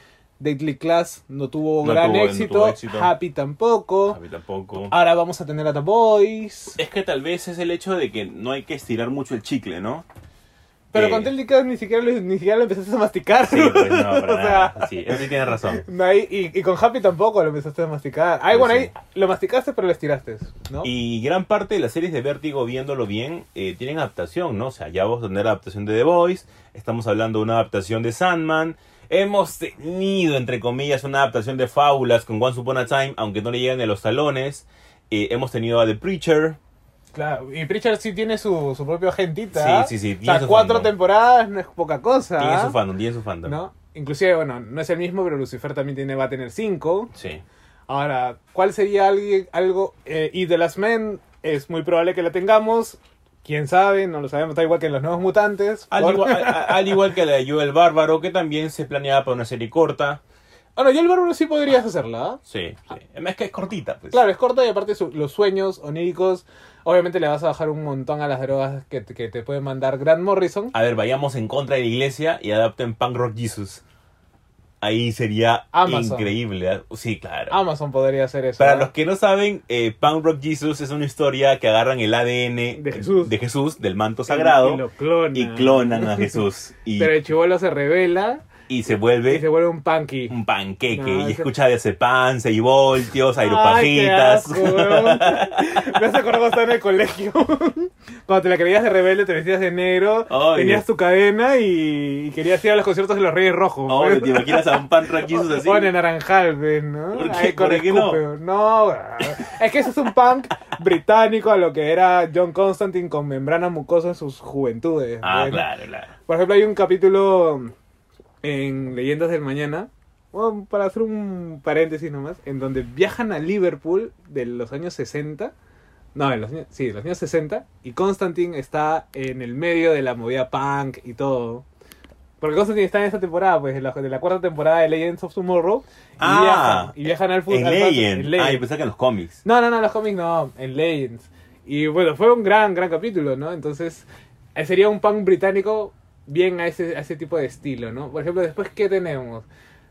A: Deadly Class no tuvo
B: No
A: gran
B: tuvo- no
A: éxito,
B: tuvo éxito. Ah,
A: Happy tampoco,
B: A mí tampoco.
A: ahora vamos a tener a The Boys,
B: Es que tal vez es el hecho de que no hay que estirar mucho el chicle, ¿no?
A: pero
B: Eh,
A: con Deadly Class ni siquiera, lo- ni siquiera lo empezaste a masticar.
B: Sí, pues no, para
A: O sea,
B: nada. Sí, eso sí tienes razón.
A: no hay- y, y con Happy tampoco lo empezaste a masticar. Ay,
B: Sí,
A: bueno,
B: sí.
A: ahí lo masticaste pero lo estiraste, ¿no?
B: Y gran parte de las series de Vértigo, viéndolo bien, eh, tienen adaptación, ¿no? O sea, ya vamos a tener adaptación de The Voice, estamos hablando de una adaptación de Sandman, hemos tenido, entre comillas, una adaptación de Fábulas con Once Upon a Time, aunque no le llegan a los talones, eh, hemos tenido a The Preacher,
A: Claro, y Pritchard sí tiene su, su propio agentita. ¿ah?
B: Sí, sí, sí,
A: O
B: tiene
A: sea,
B: su
A: cuatro
B: fandom.
A: temporadas no es poca cosa.
B: tiene
A: ¿ah?
B: su fandom, tiene su fandom.
A: ¿no? Inclusive, bueno, no es el mismo, pero Lucifer también tiene, va a tener cinco.
B: Sí.
A: Ahora, ¿cuál sería alguien, algo? Eh, y The Last Men es muy probable que la tengamos. ¿Quién sabe? No lo sabemos. Está igual que en Los Nuevos Mutantes.
B: Al
A: Por-
B: igual, a- a- al igual que la de Joe el Bárbaro, que también se planeaba para una serie corta.
A: Ahora, yo el bárbaro sí podrías hacerla. ¿ah?
B: Sí, sí. Además que es cortita, pues.
A: Claro, es corta y aparte su- los sueños oníricos. Obviamente le vas a bajar un montón a las drogas que, te- que te puede mandar Grant Morrison.
B: A ver, vayamos en contra de la iglesia y adapten Punk Rock Jesus. Ahí sería
A: Amazon.
B: increíble. ¿eh? Sí, claro.
A: Amazon podría hacer eso.
B: Para
A: ¿ah?
B: los que no saben, eh, Punk Rock Jesus es una historia que agarran el ADN
A: De Jesús.
B: de Jesús, del manto sagrado,
A: Y
B: y,
A: lo clona.
B: clonan a Jesús. Y,
A: Pero el chivolo se revela
B: y se vuelve
A: y se vuelve un punky.
B: un panqueque.
A: No,
B: y
A: eso-
B: escucha de Cepance y voltios,
A: Ay, qué
B: aeropajitas.
A: asco, weón. Me has acordado estar en el colegio. Cuando te la creías de rebelde, te vestías de negro,
B: Ay,
A: tenías
B: Dios.
A: tu cadena y, y querías ir a los conciertos de los Reyes Rojos.
B: Ahora
A: weón.
B: te imaginas a un Punk Rock Jesus así.
A: O en el naranjal, pues, ¿no?
B: ¿Por qué-
A: Ahí con
B: por qué
A: escupe,
B: no?
A: No, weón. es que ese es un punk británico a lo que era John Constantine con membrana mucosa en sus juventudes. pues,
B: Ah,
A: weón.
B: claro, claro.
A: Por ejemplo, hay un capítulo en Leyendas del Mañana, bueno, para hacer un paréntesis nomás, en donde viajan a Liverpool de los años 60. No, de los, años- sí, de los años 60. Y Constantine está en el medio de la movida punk y todo. Porque Constantine está en esta temporada, pues, de la, de la cuarta temporada de Legends of Tomorrow. Y,
B: Ah,
A: viajan, y viajan al fútbol.
B: En
A: al-
B: Legend.
A: en Legend.
B: Ah, yo pensaba que en los cómics.
A: No, no, no, los cómics no, en Legends. Y bueno, fue un gran, gran capítulo, ¿no? Entonces, eh, sería un punk británico bien a ese, a ese tipo de estilo, ¿no? Por ejemplo, después, ¿qué tenemos?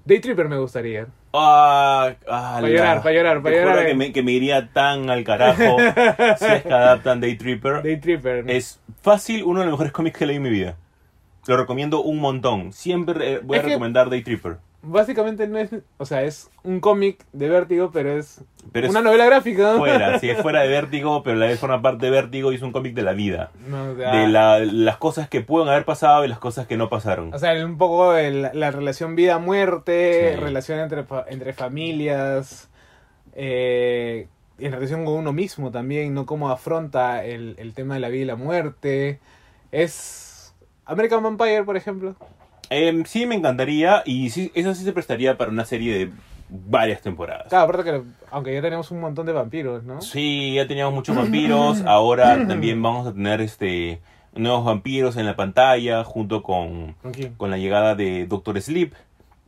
A: Day Tripper me gustaría.
B: Ah, ah,
A: Pa'
B: la-
A: llorar, pa' llorar, pa'
B: Te juro
A: llorar, eh.
B: Que me, que me iría tan al carajo si es que adaptan Day Tripper.
A: Day Tripper. ¿no?
B: Es fácil, uno de los mejores cómics que leí en mi vida. Lo recomiendo un montón. Siempre eh, voy
A: Es
B: a
A: que-
B: recomendar Day Tripper.
A: Básicamente no es, o sea, es un cómic de vértigo, pero es
B: Pero es
A: una novela gráfica. ¿no?
B: fuera, si es fuera de Vértigo, pero a la vez forma parte de Vértigo y es un cómic de la vida.
A: No, o sea,
B: De la- las cosas que pueden haber pasado y las cosas que no pasaron.
A: O sea, un poco el- la relación vida-muerte,
B: Sí.
A: relación entre, fa- entre familias, eh, en relación con uno mismo también, ¿no? Cómo afronta el, el tema de la vida y la muerte. Es American Vampire, por ejemplo.
B: Em, sí, me encantaría y sí, eso sí se prestaría para una serie de varias temporadas.
A: Claro, aparte que aunque ya tenemos un montón de vampiros, ¿no?
B: Sí, ya teníamos muchos vampiros. Ahora también vamos a tener este nuevos vampiros en la pantalla junto con,
A: ¿Con quién?
B: con la llegada de Doctor Sleep.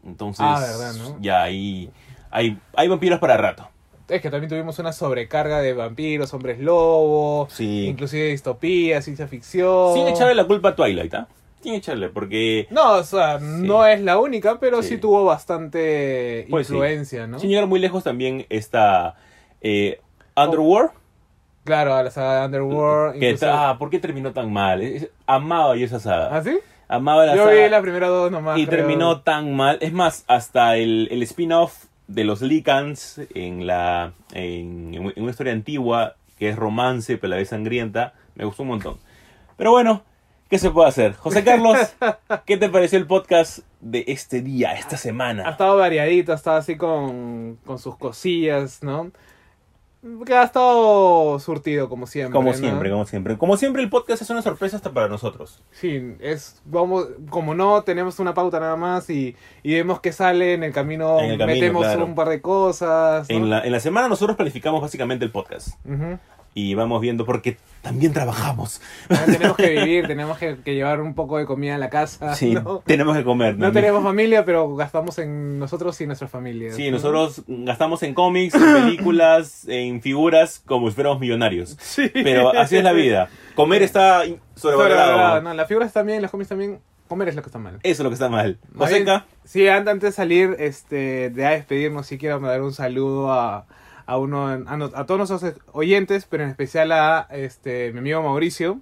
B: Entonces,
A: Ah, verdad, ¿no?
B: ya ahí hay, hay vampiros para rato.
A: Es que también tuvimos una sobrecarga de vampiros, hombres lobo,
B: Sí.
A: inclusive distopía, ciencia ficción.
B: Sin echarle la culpa a Twilight, ¿ah? Sin echarle, porque
A: No, o sea, no es la única, pero sí,
B: Sí.
A: tuvo bastante
B: Pues sí.
A: influencia, ¿no?
B: sin llegar muy lejos también está eh, Underworld.
A: Claro, a la saga de Underworld.
B: que
A: incluso-
B: está- ah, ¿Por qué terminó tan mal? Es- amaba yo esa saga.
A: ¿Ah, sí?
B: Amaba la
A: Yo
B: saga.
A: vi las primeras dos nomás.
B: Y
A: creo.
B: terminó tan mal. Es más, hasta el, el spin-off de los Lycans en, la, en, en una historia antigua que es romance, pero a la vez sangrienta, me gustó un montón. Pero bueno, ¿qué se puede hacer? José Carlos, ¿qué te pareció el podcast de este día, esta
A: Ha
B: semana?
A: estado variadito, ha estado así con, con sus cosillas, ¿no? Que ha estado surtido, como siempre.
B: Como
A: ¿no?
B: siempre, como siempre. Como siempre, el podcast es una sorpresa hasta para nosotros.
A: Sí, es, vamos, como no, tenemos una pauta nada más y, y vemos que sale en el camino,
B: En el camino,
A: metemos
B: claro.
A: un par de cosas. ¿no?
B: En la, en la semana nosotros planificamos básicamente el podcast
A: Ujú.
B: y vamos viendo porque también trabajamos.
A: Ah, tenemos que vivir, tenemos que, que llevar un poco de comida a la casa.
B: Sí,
A: Ah, ¿no?
B: tenemos que comer.
A: No
B: también.
A: tenemos familia, pero gastamos en nosotros y nuestras familias.
B: Sí,
A: ¿no?
B: nosotros gastamos en cómics, en películas, en figuras, como si fuéramos millonarios.
A: Sí.
B: Pero así es la vida. Comer está in-
A: Sobrevalorado,
B: sobrevalorado.
A: No, las figuras también, los cómics también. Comer es lo que está mal.
B: Eso es lo que está mal.
A: Más bien,
B: Eh, Joseca,
A: Sí, an- antes de salir, este, de a despedirnos, sí quiero mandar un saludo a, a uno, a, no- a todos nuestros oyentes, pero en especial a este, mi amigo Mauricio,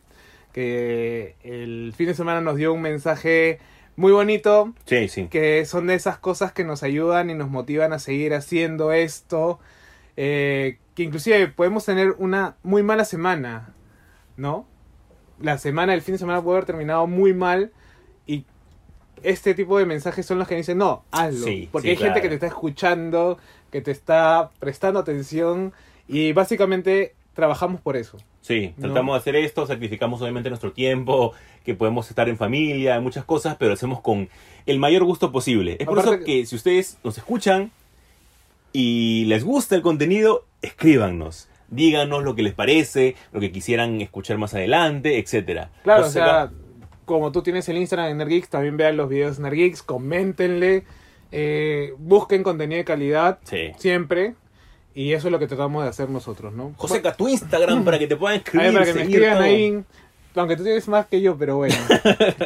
A: que el fin de semana nos dio un mensaje muy bonito,
B: sí, sí.
A: que son de esas cosas que nos ayudan y nos motivan a seguir haciendo esto, eh, que inclusive podemos tener una muy mala semana, ¿no? La semana, el fin de semana puede haber terminado muy mal y este tipo de mensajes son los que dicen, no, hazlo,
B: Sí,
A: porque
B: sí,
A: hay gente
B: claro.
A: que te está escuchando, que te está prestando atención y básicamente trabajamos por eso.
B: Sí,
A: No.
B: tratamos de hacer esto, sacrificamos obviamente nuestro tiempo, que podemos estar en familia, muchas cosas, pero lo hacemos con el mayor gusto posible. Es por
A: Aparte
B: eso que si ustedes nos escuchan y les gusta el contenido, escríbanos. Díganos lo que les parece, lo que quisieran escuchar más adelante, etcétera.
A: Claro, o
B: Joseca,
A: sea, como tú tienes el Instagram de Nergeeks, también vean los videos de Nergeeks, coméntenle. Eh, busquen contenido de calidad
B: Sí.
A: siempre. Y eso es lo que tratamos de hacer nosotros, ¿no?
B: Joseca, tu Instagram para que te puedan
A: A
B: escribir.
A: ver, para que me
B: seguir
A: escriban
B: todo.
A: ahí. Aunque tú tienes más que yo, pero bueno.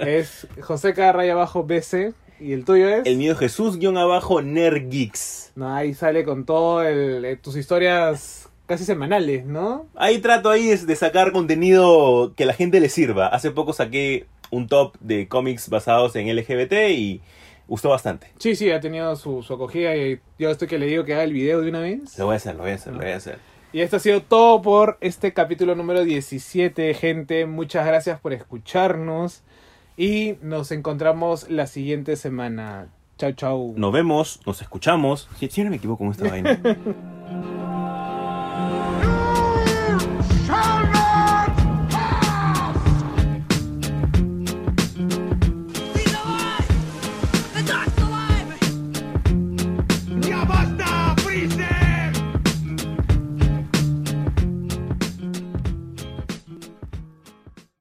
A: es Joseca raya abajo BC. Y el tuyo es.
B: El mío es Jesús guión abajo Nergeeks.
A: No, ahí sale con todo el, eh, tus historias casi semanales, ¿no?
B: Ahí trato ahí es de sacar contenido que a la gente le sirva. Hace poco saqué un top de cómics basados en LGBT y gustó bastante.
A: Sí, sí, ha tenido su, su acogida y yo estoy que le digo que haga el video de una vez.
B: Lo voy a hacer, lo voy a hacer, lo voy a hacer.
A: Y esto ha sido todo por este capítulo número 17, gente. Muchas gracias por escucharnos y nos encontramos la siguiente semana. Chau, chau.
B: Nos vemos, nos escuchamos. Si, si no me equivoco con esta vaina.